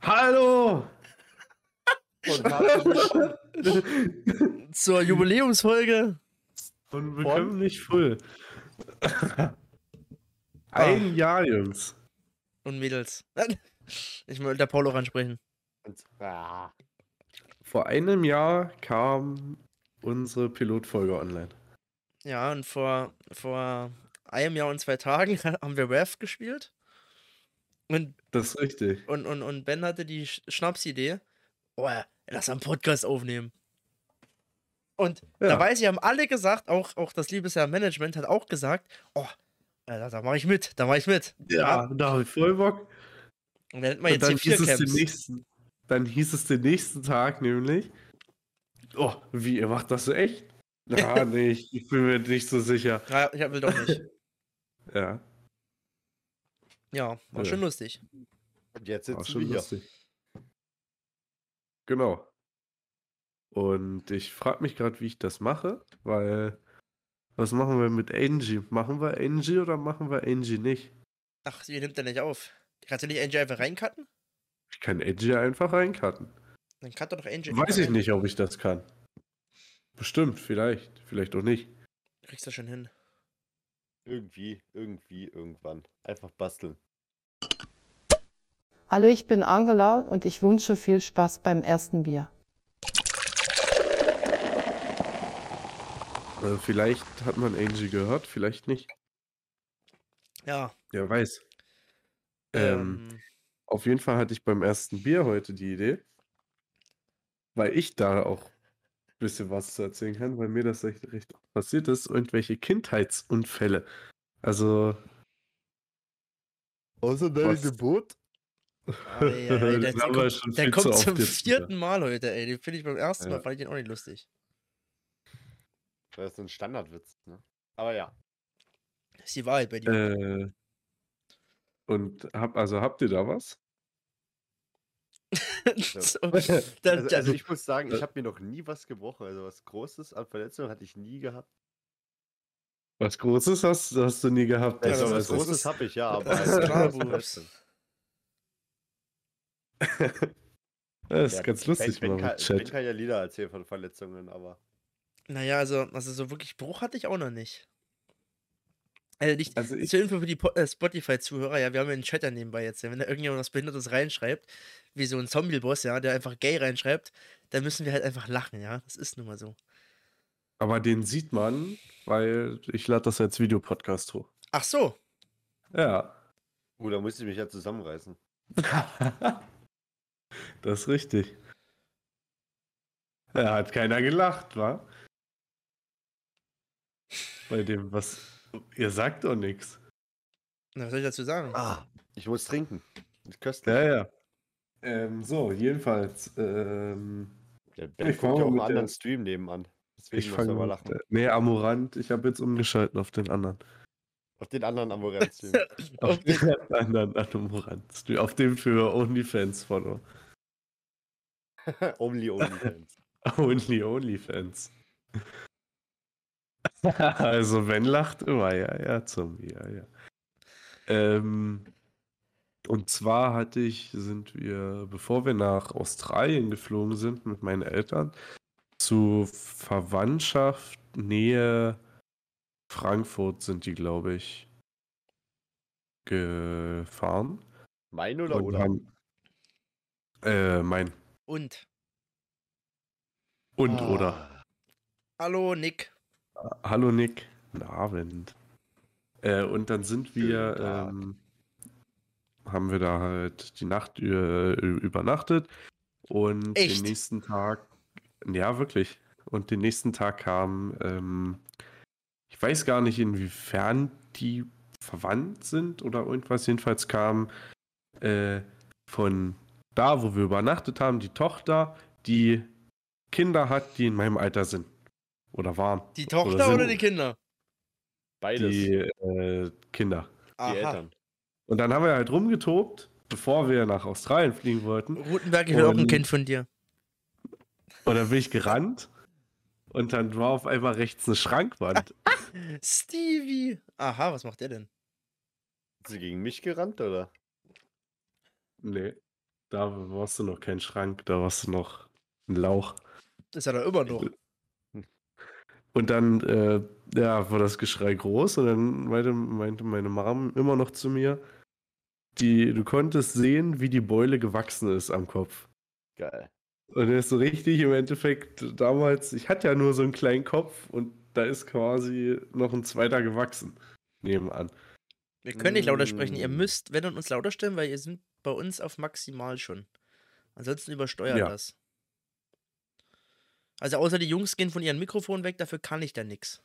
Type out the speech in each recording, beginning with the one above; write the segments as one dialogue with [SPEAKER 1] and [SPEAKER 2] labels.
[SPEAKER 1] Hallo!
[SPEAKER 2] Und herzlich willkommen.
[SPEAKER 3] Zur Jubiläumsfolge.
[SPEAKER 1] Und willkommen nicht voll. Ah. Ein Jahr, Jungs.
[SPEAKER 3] Und Mädels. Ich wollte der Paul auch ansprechen.
[SPEAKER 2] Und, ah,
[SPEAKER 1] Vor einem Jahr kam unsere Pilotfolge online.
[SPEAKER 3] Ja, und vor, vor einem Jahr und zwei Tagen haben wir Rev gespielt. Und,
[SPEAKER 1] Das ist richtig.
[SPEAKER 3] und, und, und Ben hatte die Sch- Schnapsidee. Oh, lass einen Podcast aufnehmen. Und
[SPEAKER 1] Ja.
[SPEAKER 3] da weiß ich, haben alle gesagt, auch, auch das Liebesjahr Management hat auch gesagt, oh, äh, da, da mache ich mit, da mache ich mit.
[SPEAKER 1] Ja, Ah, da habe ich voll Bock.
[SPEAKER 3] Und dann hätten wir
[SPEAKER 1] Und
[SPEAKER 3] jetzt
[SPEAKER 1] dann
[SPEAKER 3] hier vier
[SPEAKER 1] hieß, es den
[SPEAKER 3] Camps.
[SPEAKER 1] nächsten, dann hieß es den nächsten Tag nämlich, oh, wie, ihr macht das so echt? Na, nee, ich, ich bin mir nicht so sicher.
[SPEAKER 3] Ja, ich hab- will doch nicht.
[SPEAKER 1] Ja,
[SPEAKER 3] Ja,
[SPEAKER 1] Ja.
[SPEAKER 3] war schon lustig.
[SPEAKER 2] und jetzt
[SPEAKER 1] war
[SPEAKER 2] sitzen
[SPEAKER 1] schon
[SPEAKER 2] wir hier.
[SPEAKER 1] lustig. Genau. Und ich frage mich gerade, wie ich das mache, weil was machen wir mit Angie? Machen wir Angie oder machen wir Angie nicht?
[SPEAKER 3] Ach, sie nimmt er nicht auf. Kannst du nicht Angel einfach reincutten?
[SPEAKER 1] Ich kann Angie einfach reinkarten.
[SPEAKER 3] Dann cut doch Angel.
[SPEAKER 1] Weiß ich nicht, ob ich das kann. Bestimmt, vielleicht, vielleicht auch nicht.
[SPEAKER 3] Kriegst du schon hin.
[SPEAKER 2] Irgendwie, irgendwie, irgendwann. Einfach basteln.
[SPEAKER 4] Hallo, ich bin Angela und ich wünsche viel Spaß beim ersten Bier.
[SPEAKER 1] Äh, Vielleicht hat man Angie gehört, vielleicht nicht.
[SPEAKER 3] Ja.
[SPEAKER 1] Wer weiß. Ähm,
[SPEAKER 3] Ähm,
[SPEAKER 1] auf jeden Fall hatte ich beim ersten Bier heute die Idee, weil ich da auch ein bisschen was zu erzählen kann, weil mir das echt recht oft passiert ist, irgendwelche Kindheitsunfälle. Also,
[SPEAKER 2] Außer
[SPEAKER 1] Was?
[SPEAKER 2] Geburt?
[SPEAKER 3] ei, ei, ei, der,
[SPEAKER 1] das haben wir
[SPEAKER 3] der,
[SPEAKER 1] schon
[SPEAKER 3] kommt, der
[SPEAKER 1] viel zu
[SPEAKER 3] kommt
[SPEAKER 1] oft
[SPEAKER 3] zum
[SPEAKER 1] jetzt
[SPEAKER 3] vierten Mal heute, ey. Den finde ich beim ersten
[SPEAKER 1] Ja.
[SPEAKER 3] Mal, fand ich den auch nicht lustig.
[SPEAKER 2] Das ist so ein Standardwitz, ne? Aber ja.
[SPEAKER 3] Das ist die Wahrheit bei dir.
[SPEAKER 1] wieder. Äh, und hab, also habt ihr da was?
[SPEAKER 3] so,
[SPEAKER 2] Also,
[SPEAKER 3] dann,
[SPEAKER 2] Also, also
[SPEAKER 3] dann,
[SPEAKER 2] ich muss sagen, ich
[SPEAKER 1] äh,
[SPEAKER 2] habe mir noch nie was gebrochen. Also was Großes an Verletzungen hatte ich nie gehabt.
[SPEAKER 1] Was Großes hast, hast du nie gehabt.
[SPEAKER 3] Ja,
[SPEAKER 1] das
[SPEAKER 2] also
[SPEAKER 3] das ist-
[SPEAKER 2] was
[SPEAKER 1] weiß ich.
[SPEAKER 2] Großes habe ich, ja, aber. halt
[SPEAKER 3] das ist klar,
[SPEAKER 2] was
[SPEAKER 3] Bruce.
[SPEAKER 2] Verletzung.
[SPEAKER 1] das ist
[SPEAKER 2] Ja,
[SPEAKER 1] ganz lustig,
[SPEAKER 2] ben,
[SPEAKER 1] mal
[SPEAKER 2] ben, kann,
[SPEAKER 1] mit Chat.
[SPEAKER 2] ben kann ja Lieder erzählen von Verletzungen, aber.
[SPEAKER 3] Naja, also, also so wirklich Bruch hatte ich auch noch nicht. Also nicht
[SPEAKER 1] Also ich-
[SPEAKER 3] zur Info für die Po- äh, Spotify-Zuhörer, ja, wir haben ja einen Chat ja nebenbei jetzt. ja. Wenn da irgendjemand was Behindertes reinschreibt, wie so ein Zombie-Boss, ja, der einfach gay reinschreibt, dann müssen wir halt einfach lachen, ja. Das ist nun mal so.
[SPEAKER 1] Aber den sieht man, weil ich lade das als Videopodcast hoch.
[SPEAKER 3] Ach so,
[SPEAKER 1] Ja.
[SPEAKER 2] Oh, da musste ich mich ja zusammenreißen.
[SPEAKER 1] das ist richtig. Da hat keiner gelacht, wa? Bei dem, was. Ihr sagt doch nichts.
[SPEAKER 3] na, was soll ich dazu sagen?
[SPEAKER 2] Ah. Ich muss trinken. Das ist Köstlich.
[SPEAKER 1] Ja, ja. Ähm, so, jedenfalls. Ähm,
[SPEAKER 2] Der Ben
[SPEAKER 1] Ich
[SPEAKER 2] guckt
[SPEAKER 1] fange
[SPEAKER 2] ja auch einen
[SPEAKER 1] mit der-
[SPEAKER 2] anderen Stream nebenan. Deswegen
[SPEAKER 1] ich
[SPEAKER 2] muss er
[SPEAKER 1] fange
[SPEAKER 2] mal
[SPEAKER 1] mal
[SPEAKER 2] lachen.
[SPEAKER 1] Nee, Amorant, ich habe jetzt umgeschalten auf den anderen.
[SPEAKER 2] Auf den anderen Amorant-Stream.
[SPEAKER 1] Auf
[SPEAKER 3] Auf den-
[SPEAKER 1] den anderen Amorant. Auf dem für OnlyFans-Follower.
[SPEAKER 2] only, only Fans.
[SPEAKER 1] Only OnlyFans. also wenn lacht immer, ja, ja, Zombie, ja, ja. Ähm, und zwar hatte ich, sind wir, bevor wir nach Australien geflogen sind mit meinen Eltern, zu Verwandtschaft Nähe Frankfurt sind die, glaube ich, gefahren.
[SPEAKER 2] Mein oder
[SPEAKER 1] und
[SPEAKER 2] oder?
[SPEAKER 1] haben- äh, mein
[SPEAKER 3] Und,
[SPEAKER 1] und
[SPEAKER 2] Ah.
[SPEAKER 1] oder.
[SPEAKER 3] hallo Nick.
[SPEAKER 1] Hallo Nick, guten Abend. Äh, und dann sind wir,
[SPEAKER 2] Guten Tag.
[SPEAKER 1] ähm, haben wir da halt die Nacht äh, übernachtet und
[SPEAKER 3] Echt?
[SPEAKER 1] den nächsten Tag, ja wirklich, und den nächsten Tag kam, ähm, ich weiß gar nicht inwiefern die verwandt sind oder irgendwas, jedenfalls kam äh, von da, wo wir übernachtet haben, die Tochter, die Kinder hat, die in meinem Alter sind oder waren.
[SPEAKER 3] Die Tochter oder
[SPEAKER 1] sind-
[SPEAKER 3] die Kinder?
[SPEAKER 2] Beides.
[SPEAKER 1] Die
[SPEAKER 2] Die,
[SPEAKER 1] äh, Kinder.
[SPEAKER 2] Eltern.
[SPEAKER 1] Und dann haben wir halt rumgetobt, bevor wir nach Australien fliegen wollten.
[SPEAKER 3] Rutenberg, ich will auch ein
[SPEAKER 1] Und-
[SPEAKER 3] Kind von dir.
[SPEAKER 1] Und dann bin ich gerannt. Und dann war auf einmal rechts eine Schrankwand.
[SPEAKER 3] Stevie. Aha, was macht der denn?
[SPEAKER 2] Sind sie gegen mich gerannt, oder?
[SPEAKER 1] Nee. Da warst du noch kein Schrank, da warst du noch ein Lauch.
[SPEAKER 3] Ist er da immer noch.
[SPEAKER 1] Und dann, äh, ja, war das Geschrei groß und dann meinte, meinte meine Mom immer noch zu mir, die, du konntest sehen, wie die Beule gewachsen ist am Kopf.
[SPEAKER 2] Geil.
[SPEAKER 1] Und das ist so richtig im Endeffekt damals, ich hatte ja nur so einen kleinen Kopf und da ist quasi noch ein zweiter gewachsen. Nebenan.
[SPEAKER 3] Wir können nicht lauter sprechen. Ihr
[SPEAKER 1] Mm.
[SPEAKER 3] müsst, wenn und uns lauter stellen, weil ihr sind bei uns auf maximal schon. Ansonsten übersteuert
[SPEAKER 1] Ja.
[SPEAKER 3] das. Also außer die Jungs gehen von ihren Mikrofonen weg, dafür kann ich da nix.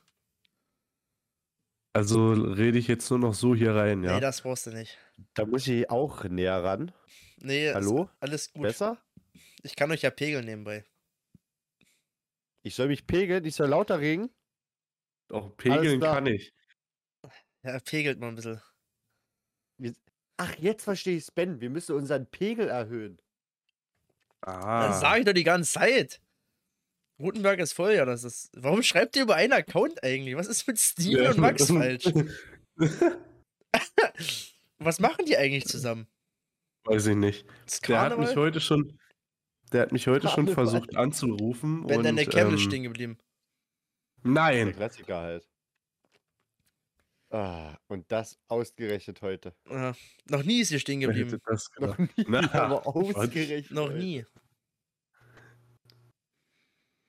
[SPEAKER 1] Also rede ich jetzt nur noch so hier rein, ja.
[SPEAKER 3] Nee, das brauchst du nicht.
[SPEAKER 2] Da muss ich auch näher ran.
[SPEAKER 3] Nee, ist
[SPEAKER 2] Hallo?
[SPEAKER 3] alles gut.
[SPEAKER 2] Besser?
[SPEAKER 3] Ich kann euch ja pegeln nebenbei.
[SPEAKER 2] Ich soll mich pegeln, ich soll lauter reden.
[SPEAKER 1] Auch
[SPEAKER 2] Alles
[SPEAKER 1] pegeln
[SPEAKER 2] klar.
[SPEAKER 1] kann ich.
[SPEAKER 3] Ja, pegelt mal ein bisschen.
[SPEAKER 2] Ach, jetzt verstehe ich Ben. Wir müssen unseren Pegel erhöhen.
[SPEAKER 1] Ah.
[SPEAKER 3] Das sage ich doch die ganze Zeit. Gutenberg ist voll, ja, das ist. Warum schreibt ihr über einen Account eigentlich? Was ist mit Steven und halt. Max falsch? Was machen die eigentlich zusammen?
[SPEAKER 1] Weiß ich nicht.
[SPEAKER 3] Ist
[SPEAKER 1] Der hat mich
[SPEAKER 3] Karneval?
[SPEAKER 1] heute schon, der hat mich heute schon
[SPEAKER 2] Karneval.
[SPEAKER 1] versucht anzurufen.
[SPEAKER 3] Wenn
[SPEAKER 1] und,
[SPEAKER 3] deine Camel
[SPEAKER 1] ähm,
[SPEAKER 3] stehen geblieben.
[SPEAKER 2] Der
[SPEAKER 1] Nein.
[SPEAKER 2] Klassiker halt. Ah, und das ausgerechnet heute.
[SPEAKER 3] Ja, Ah, noch nie ist sie stehen
[SPEAKER 1] Wer
[SPEAKER 3] geblieben.
[SPEAKER 1] hätte das
[SPEAKER 2] Noch
[SPEAKER 1] gedacht?
[SPEAKER 2] nie,
[SPEAKER 1] Na,
[SPEAKER 2] aber
[SPEAKER 1] Gott.
[SPEAKER 2] ausgerechnet.
[SPEAKER 3] Noch
[SPEAKER 2] heute.
[SPEAKER 3] nie.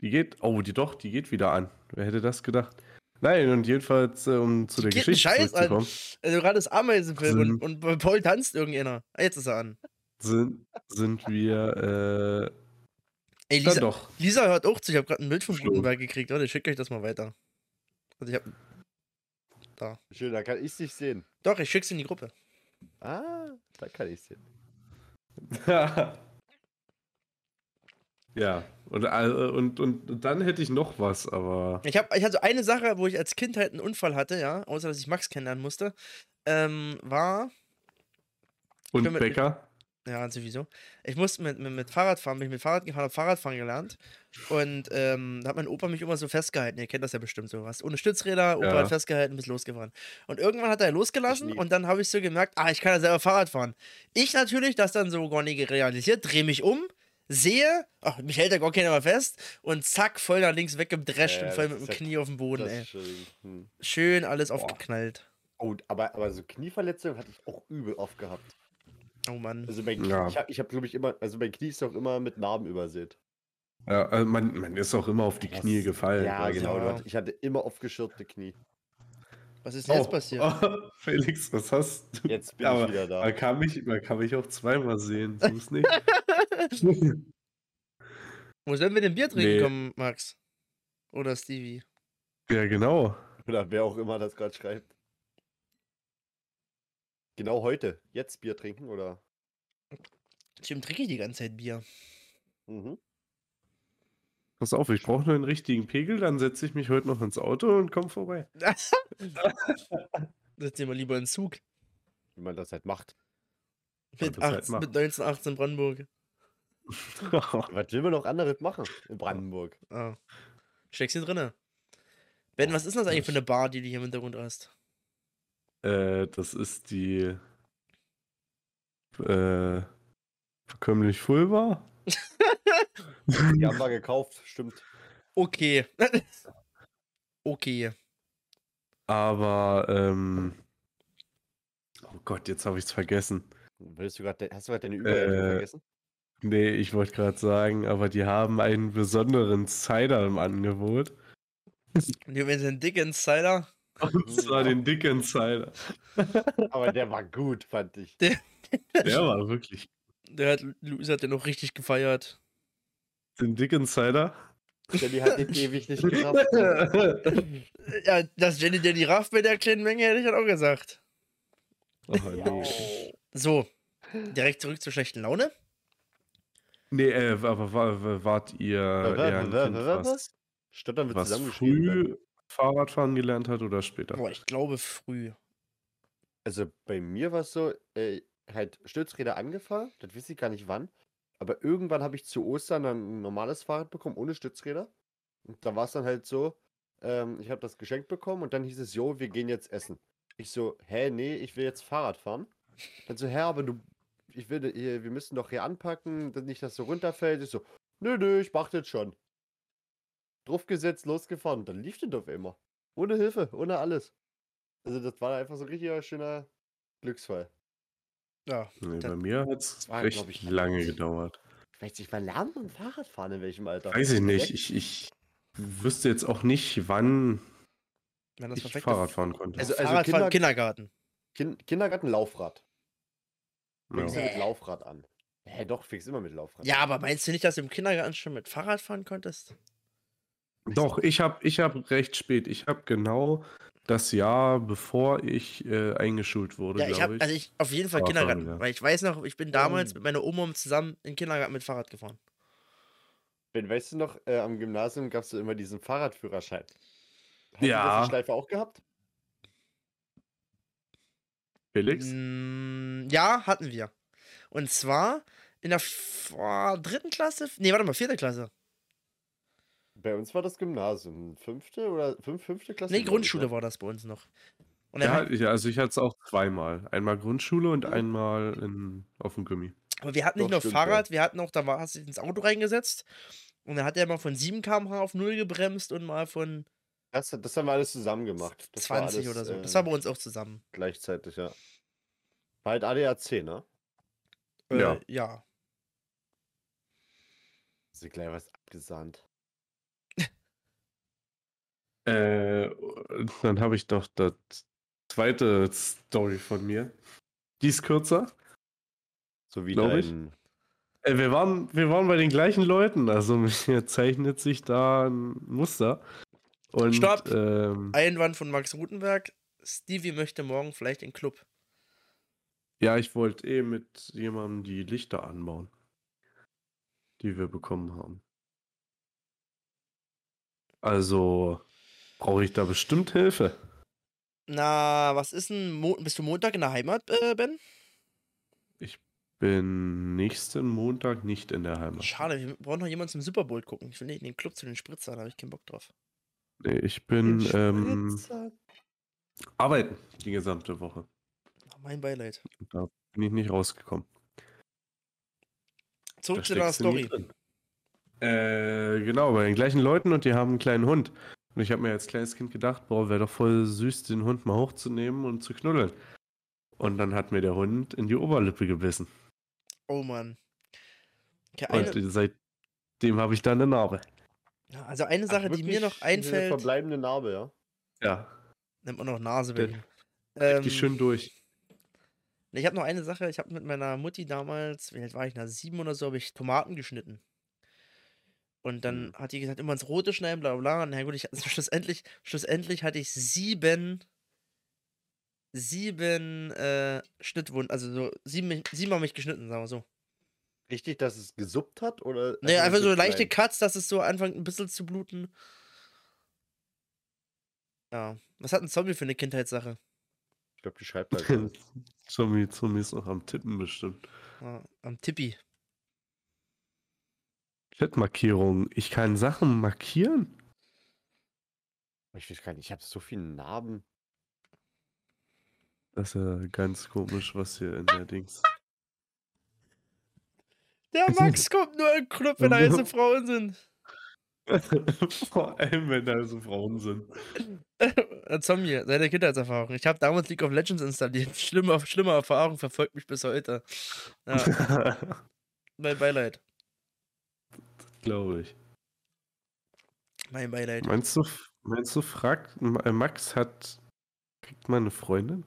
[SPEAKER 1] Die geht, oh, die doch, die geht wieder an. Wer hätte das gedacht? Nein, und jedenfalls, äh, um zu
[SPEAKER 3] Die
[SPEAKER 1] der
[SPEAKER 3] geht einen
[SPEAKER 1] Geschichte
[SPEAKER 3] Scheiß an.
[SPEAKER 1] zurückzukommen,
[SPEAKER 3] Also gerade ist Ameisenfilm
[SPEAKER 1] Also-
[SPEAKER 3] und, und bei Paul tanzt irgendeiner. Ah, jetzt ist er an.
[SPEAKER 1] sind, sind wir
[SPEAKER 3] Ey,
[SPEAKER 1] äh, dann
[SPEAKER 3] Lisa,
[SPEAKER 1] doch.
[SPEAKER 3] Lisa hört auch zu. Ich habe gerade ein Bild von
[SPEAKER 1] Schlimm.
[SPEAKER 3] Gutenberg gekriegt. Leute, schickt euch das mal weiter. Also ich hab,
[SPEAKER 2] Schön, da kann ich dich sehen.
[SPEAKER 3] doch, ich schick's in die Gruppe.
[SPEAKER 2] Ah, da kann ich sehen.
[SPEAKER 1] ja, und, äh, und, und, und dann hätte ich noch was, aber
[SPEAKER 3] Ich, hab, ich hatte so eine Sache, wo ich als Kind halt einen Unfall hatte, ja, außer dass ich Max kennenlernen musste, ähm, war,
[SPEAKER 1] und
[SPEAKER 3] bin mit-
[SPEAKER 1] Becker,
[SPEAKER 3] ja, sowieso, ich musste mit, mit, mit Fahrrad fahren, bin ich mit Fahrrad gefahren, hab Fahrradfahren gelernt und ähm, da hat mein Opa mich immer so festgehalten, ihr kennt das ja bestimmt so, was ohne Stützräder, Opa
[SPEAKER 1] Ja.
[SPEAKER 3] hat festgehalten, bist losgefahren. Und irgendwann hat er losgelassen
[SPEAKER 2] Ich nie.
[SPEAKER 3] und dann habe ich so gemerkt, ah, ich kann ja selber Fahrrad fahren. Ich natürlich, das dann so gar nicht realisiert, drehe mich um, sehe, ach, mich hält ja gar keiner mehr fest und zack, voll nach links weggedrescht
[SPEAKER 2] Ja,
[SPEAKER 3] und voll
[SPEAKER 2] das
[SPEAKER 3] mit dem
[SPEAKER 2] ist ja-
[SPEAKER 3] Knie auf dem Boden,
[SPEAKER 2] Das
[SPEAKER 3] ey.
[SPEAKER 2] ist schön. Hm.
[SPEAKER 3] Schön alles
[SPEAKER 2] Boah.
[SPEAKER 3] aufgeknallt.
[SPEAKER 2] Oh, aber, aber so Knieverletzungen hatte ich auch übel oft gehabt.
[SPEAKER 3] Oh Mann.
[SPEAKER 2] Also mein Knie,
[SPEAKER 1] Ja.
[SPEAKER 2] ich habe, ich hab, glaube ich, immer, also mein Knie ist doch immer mit Narben übersät.
[SPEAKER 1] ja, also man, man ist auch immer auf die
[SPEAKER 2] Das-
[SPEAKER 1] Knie gefallen.
[SPEAKER 2] Ja,
[SPEAKER 1] quasi.
[SPEAKER 2] genau. du
[SPEAKER 3] Ja.
[SPEAKER 2] hatt- Ich hatte immer oft geschürfte Knie.
[SPEAKER 3] Was ist denn jetzt
[SPEAKER 1] Oh,
[SPEAKER 3] passiert?
[SPEAKER 1] Oh, Felix, was hast du?
[SPEAKER 2] Jetzt bin
[SPEAKER 1] Ja, aber
[SPEAKER 2] ich wieder da.
[SPEAKER 1] Man kann, mich, man kann mich auch zweimal sehen, sonst nicht.
[SPEAKER 3] Wo sollen wir denn Bier trinken
[SPEAKER 1] Nee.
[SPEAKER 3] kommen, Max? Oder Stevie?
[SPEAKER 1] ja, genau.
[SPEAKER 2] Oder wer auch immer das gerade schreibt. Genau heute. Jetzt Bier trinken oder?
[SPEAKER 3] Stimmt, trinke ich die ganze Zeit Bier.
[SPEAKER 2] Mhm.
[SPEAKER 1] Pass auf, ich brauche nur einen richtigen Pegel, dann setze ich mich heute noch ins Auto und komme vorbei.
[SPEAKER 3] Setz dir mal lieber einen Zug.
[SPEAKER 2] Wie man das halt macht.
[SPEAKER 1] Ja,
[SPEAKER 3] Mit,
[SPEAKER 1] das halt
[SPEAKER 3] 18,
[SPEAKER 1] mal.
[SPEAKER 3] mit 19, 18 Brandenburg.
[SPEAKER 2] Was will man noch anderes machen in Brandenburg?
[SPEAKER 3] Ah. Steck's hier drinne. Ben, was ist denn das eigentlich für eine Bar, die du hier im Hintergrund hast?
[SPEAKER 1] äh, das ist die äh, verkömmlich Fulbar.
[SPEAKER 2] Die haben wir gekauft, stimmt.
[SPEAKER 3] Okay. okay.
[SPEAKER 1] Aber, ähm, oh Gott, jetzt habe ich es vergessen.
[SPEAKER 2] Willst du grad de- hast du gerade deine Überleitung
[SPEAKER 1] Äh,
[SPEAKER 2] vergessen?
[SPEAKER 1] Nee, ich wollte gerade sagen, aber die haben einen besonderen Cider im Angebot.
[SPEAKER 3] Und hier haben wir den Dick Insider.
[SPEAKER 1] Und zwar den dicken Cider.
[SPEAKER 2] Aber der war gut, fand ich.
[SPEAKER 1] Der war wirklich.
[SPEAKER 3] Der hat, Luis hat den auch richtig gefeiert.
[SPEAKER 1] Den dicken Cider. Oh,
[SPEAKER 2] Jenny hat den ewig nicht geschafft.
[SPEAKER 3] Ja, das Jenny Jenny Raff mit der kleinen Menge hätte ich halt auch gesagt.
[SPEAKER 1] Oh, nee.
[SPEAKER 3] So, direkt zurück zur schlechten Laune.
[SPEAKER 1] nee, äh, aber wa- wa- wart ihr eher ein Kind, was,
[SPEAKER 2] Stottern wird
[SPEAKER 1] was
[SPEAKER 2] zusammengeschrieben.
[SPEAKER 1] früh Fahrradfahren gelernt hat oder später?
[SPEAKER 3] Boah, ich glaube früh.
[SPEAKER 2] Also bei mir war es so, äh, halt Stützräder angefangen, das weiß ich gar nicht wann. Aber irgendwann habe ich zu Ostern dann ein normales Fahrrad bekommen, ohne Stützräder. Und da war es dann halt so, ähm, ich habe das geschenkt bekommen und dann hieß es, jo, wir gehen jetzt essen. Ich so, hä, nee, ich will jetzt Fahrrad fahren. Dann so, hä, aber du, ich würde, hier, wir müssen doch hier anpacken, dass nicht, dass so runterfällt. Ich so, nö, nö, ich mach das schon. Draufgesetzt, losgefahren. Und dann lief das auf immer. Ohne Hilfe, ohne alles. Also das war einfach so ein richtiger schöner Glücksfall.
[SPEAKER 3] Ja,
[SPEAKER 1] Nee,
[SPEAKER 3] Da-
[SPEAKER 1] bei mir hat es
[SPEAKER 2] War,
[SPEAKER 1] recht
[SPEAKER 2] glaub ich,
[SPEAKER 1] lange
[SPEAKER 2] anders.
[SPEAKER 1] gedauert.
[SPEAKER 2] Vielleicht sich mal lernen und Fahrrad fahren in welchem Alter.
[SPEAKER 1] Weiß ich nicht.
[SPEAKER 2] Perfekt.
[SPEAKER 1] Ich, ich wüsste jetzt auch nicht, wann
[SPEAKER 3] wenn das
[SPEAKER 1] ich
[SPEAKER 3] perfekt
[SPEAKER 1] Fahrrad fahren konnte.
[SPEAKER 2] Also-
[SPEAKER 3] Fahrradfahren
[SPEAKER 2] Kinder-
[SPEAKER 3] im Kindergarten.
[SPEAKER 2] Kind, Kindergarten Laufrad.
[SPEAKER 1] ja.
[SPEAKER 2] Fängst du mit Laufrad an. Hä, doch, fängst immer mit Laufrad
[SPEAKER 3] Ja,
[SPEAKER 2] an.
[SPEAKER 3] aber meinst du nicht, dass du im Kindergarten schon mit Fahrrad fahren konntest?
[SPEAKER 1] Doch, ich habe ich hab recht spät. Ich habe genau das Jahr, bevor ich äh, eingeschult wurde,
[SPEAKER 3] Ja, ich
[SPEAKER 1] glaube
[SPEAKER 3] habe,
[SPEAKER 1] ich.
[SPEAKER 3] also ich auf jeden Fall
[SPEAKER 1] Fahrrad fahren, ja.
[SPEAKER 3] Kindergarten, weil ich weiß noch, ich bin damals mit meiner Oma zusammen in den Kindergarten mit Fahrrad gefahren.
[SPEAKER 2] Wenn, weißt du noch, äh, am Gymnasium gab es immer diesen Fahrradführerschein. Hast
[SPEAKER 1] Ja.
[SPEAKER 2] das in Schleife auch gehabt?
[SPEAKER 1] Felix?
[SPEAKER 3] Mm, ja, hatten wir. Und zwar in der f- oh, dritten Klasse, nee, warte mal, vierte Klasse.
[SPEAKER 2] Bei uns war das Gymnasium. Fünfte oder fünf, fünfte Klasse?
[SPEAKER 3] Nee,
[SPEAKER 2] glaub ich,
[SPEAKER 3] Grundschule
[SPEAKER 2] ne?
[SPEAKER 3] war das bei uns noch. Und dann
[SPEAKER 1] Ja,
[SPEAKER 3] hat,
[SPEAKER 1] ich, also ich hatte es auch zweimal. Einmal Grundschule und
[SPEAKER 2] Mhm.
[SPEAKER 1] einmal in, auf dem Gummi.
[SPEAKER 3] aber wir hatten nicht
[SPEAKER 2] Doch,
[SPEAKER 3] nur
[SPEAKER 2] stimmt, ja.
[SPEAKER 3] Fahrrad, wir hatten auch, da war, hast du dich ins Auto reingesetzt und dann hat er mal von 7 km/h auf 0 gebremst und mal von
[SPEAKER 2] Das, das haben wir alles zusammen gemacht. Das war
[SPEAKER 3] 20
[SPEAKER 2] alles,
[SPEAKER 3] oder so.
[SPEAKER 2] ähm,
[SPEAKER 3] das war bei uns auch zusammen.
[SPEAKER 2] Gleichzeitig, ja. War halt ADAC, ne?
[SPEAKER 3] Äh,
[SPEAKER 1] Ja.
[SPEAKER 3] ja. ja.
[SPEAKER 2] Sie gleich was abgesandt.
[SPEAKER 1] Äh, und dann habe ich noch das zweite Story von mir. Die ist kürzer.
[SPEAKER 2] So wie
[SPEAKER 1] Glaub ich.
[SPEAKER 2] dein.
[SPEAKER 1] Äh, wir, waren, wir waren bei den gleichen Leuten, also mir zeichnet sich da ein Muster. Und,
[SPEAKER 3] Stopp!
[SPEAKER 1] Ähm,
[SPEAKER 3] Einwand von Max Rutenberg. Stevie möchte morgen vielleicht in den Club.
[SPEAKER 1] ja, ich wollte eh mit jemandem die Lichter anbauen, die wir bekommen haben. Also brauche ich da bestimmt Hilfe.
[SPEAKER 3] Na, was ist denn? Mo bist du Montag in der Heimat, äh, Ben?
[SPEAKER 1] Bin nächsten Montag nicht in der Heimat.
[SPEAKER 3] Schade, wir brauchen noch jemanden zum Super Bowl gucken. Ich will nicht in den Club zu den Spritzern, da habe ich keinen Bock drauf.
[SPEAKER 1] Nee, ich bin ähm, arbeiten die gesamte Woche.
[SPEAKER 3] Oh, mein Beileid.
[SPEAKER 1] Bin ich nicht rausgekommen.
[SPEAKER 3] Zurück zu
[SPEAKER 1] Da
[SPEAKER 3] deiner
[SPEAKER 1] steckst du nie
[SPEAKER 3] Story.
[SPEAKER 1] drin. Äh, genau, bei den gleichen Leuten und die haben einen kleinen Hund. Und ich habe mir als kleines Kind gedacht, boah, wäre doch voll süß, den Hund mal hochzunehmen und zu knuddeln. Und dann hat mir der Hund in die Oberlippe gebissen.
[SPEAKER 3] Oh Mann. Okay,
[SPEAKER 1] Und
[SPEAKER 3] eine,
[SPEAKER 1] seitdem habe ich dann eine Narbe.
[SPEAKER 3] ja, also eine Sache, die mir noch einfällt,
[SPEAKER 2] verbleibende Narbe, ja.
[SPEAKER 1] Ja,
[SPEAKER 3] nennt man noch Nase.
[SPEAKER 1] Der-
[SPEAKER 3] Ben. Ähm.
[SPEAKER 1] richtig schön durch.
[SPEAKER 3] Ne, Ich habe noch eine Sache, ich habe mit meiner Mutti damals, wie alt war ich, na sieben oder so, habe ich Tomaten geschnitten. Und dann hat die gesagt, immer ins Rote schneiden, bla bla bla. Und Na gut, ich, also schlussendlich, schlussendlich hatte ich sieben, sieben äh, Schnittwunden, also so sieben, sieben haben mich geschnitten, sagen wir so.
[SPEAKER 2] Richtig, dass es gesuppt hat oder. Also
[SPEAKER 3] Nee, einfach Also so
[SPEAKER 2] nur
[SPEAKER 3] leichte
[SPEAKER 2] klein?
[SPEAKER 3] Cuts, dass es so anfängt ein bisschen zu bluten. Ja. Was hat ein Zombie für eine Kindheitssache?
[SPEAKER 2] Ich glaube, die schreibt halt da gar nicht.
[SPEAKER 1] Zombie, Zombie ist noch am Tippen bestimmt.
[SPEAKER 3] Ja, Ah, am Tippi.
[SPEAKER 1] Chatmarkierung. Ich kann Sachen markieren.
[SPEAKER 2] Ich weiß gar nicht, ich habe so viele Narben.
[SPEAKER 1] Das ist ja ganz komisch, was hier in der Dings.
[SPEAKER 3] Der Max kommt nur im Club, wenn da heiße Frauen sind.
[SPEAKER 1] Vor allem, wenn da so Frauen sind.
[SPEAKER 3] Ein Äh, Zombie, seine Kindheitserfahrung. Ich habe damals League of Legends installiert. Schlimme, schlimme Erfahrung verfolgt mich bis heute. Ja, mein Beileid.
[SPEAKER 1] Glaube ich.
[SPEAKER 3] Mein Beileid.
[SPEAKER 1] Meinst du, meinst du, fragt, äh, Max hat, kriegt mal eine Freundin?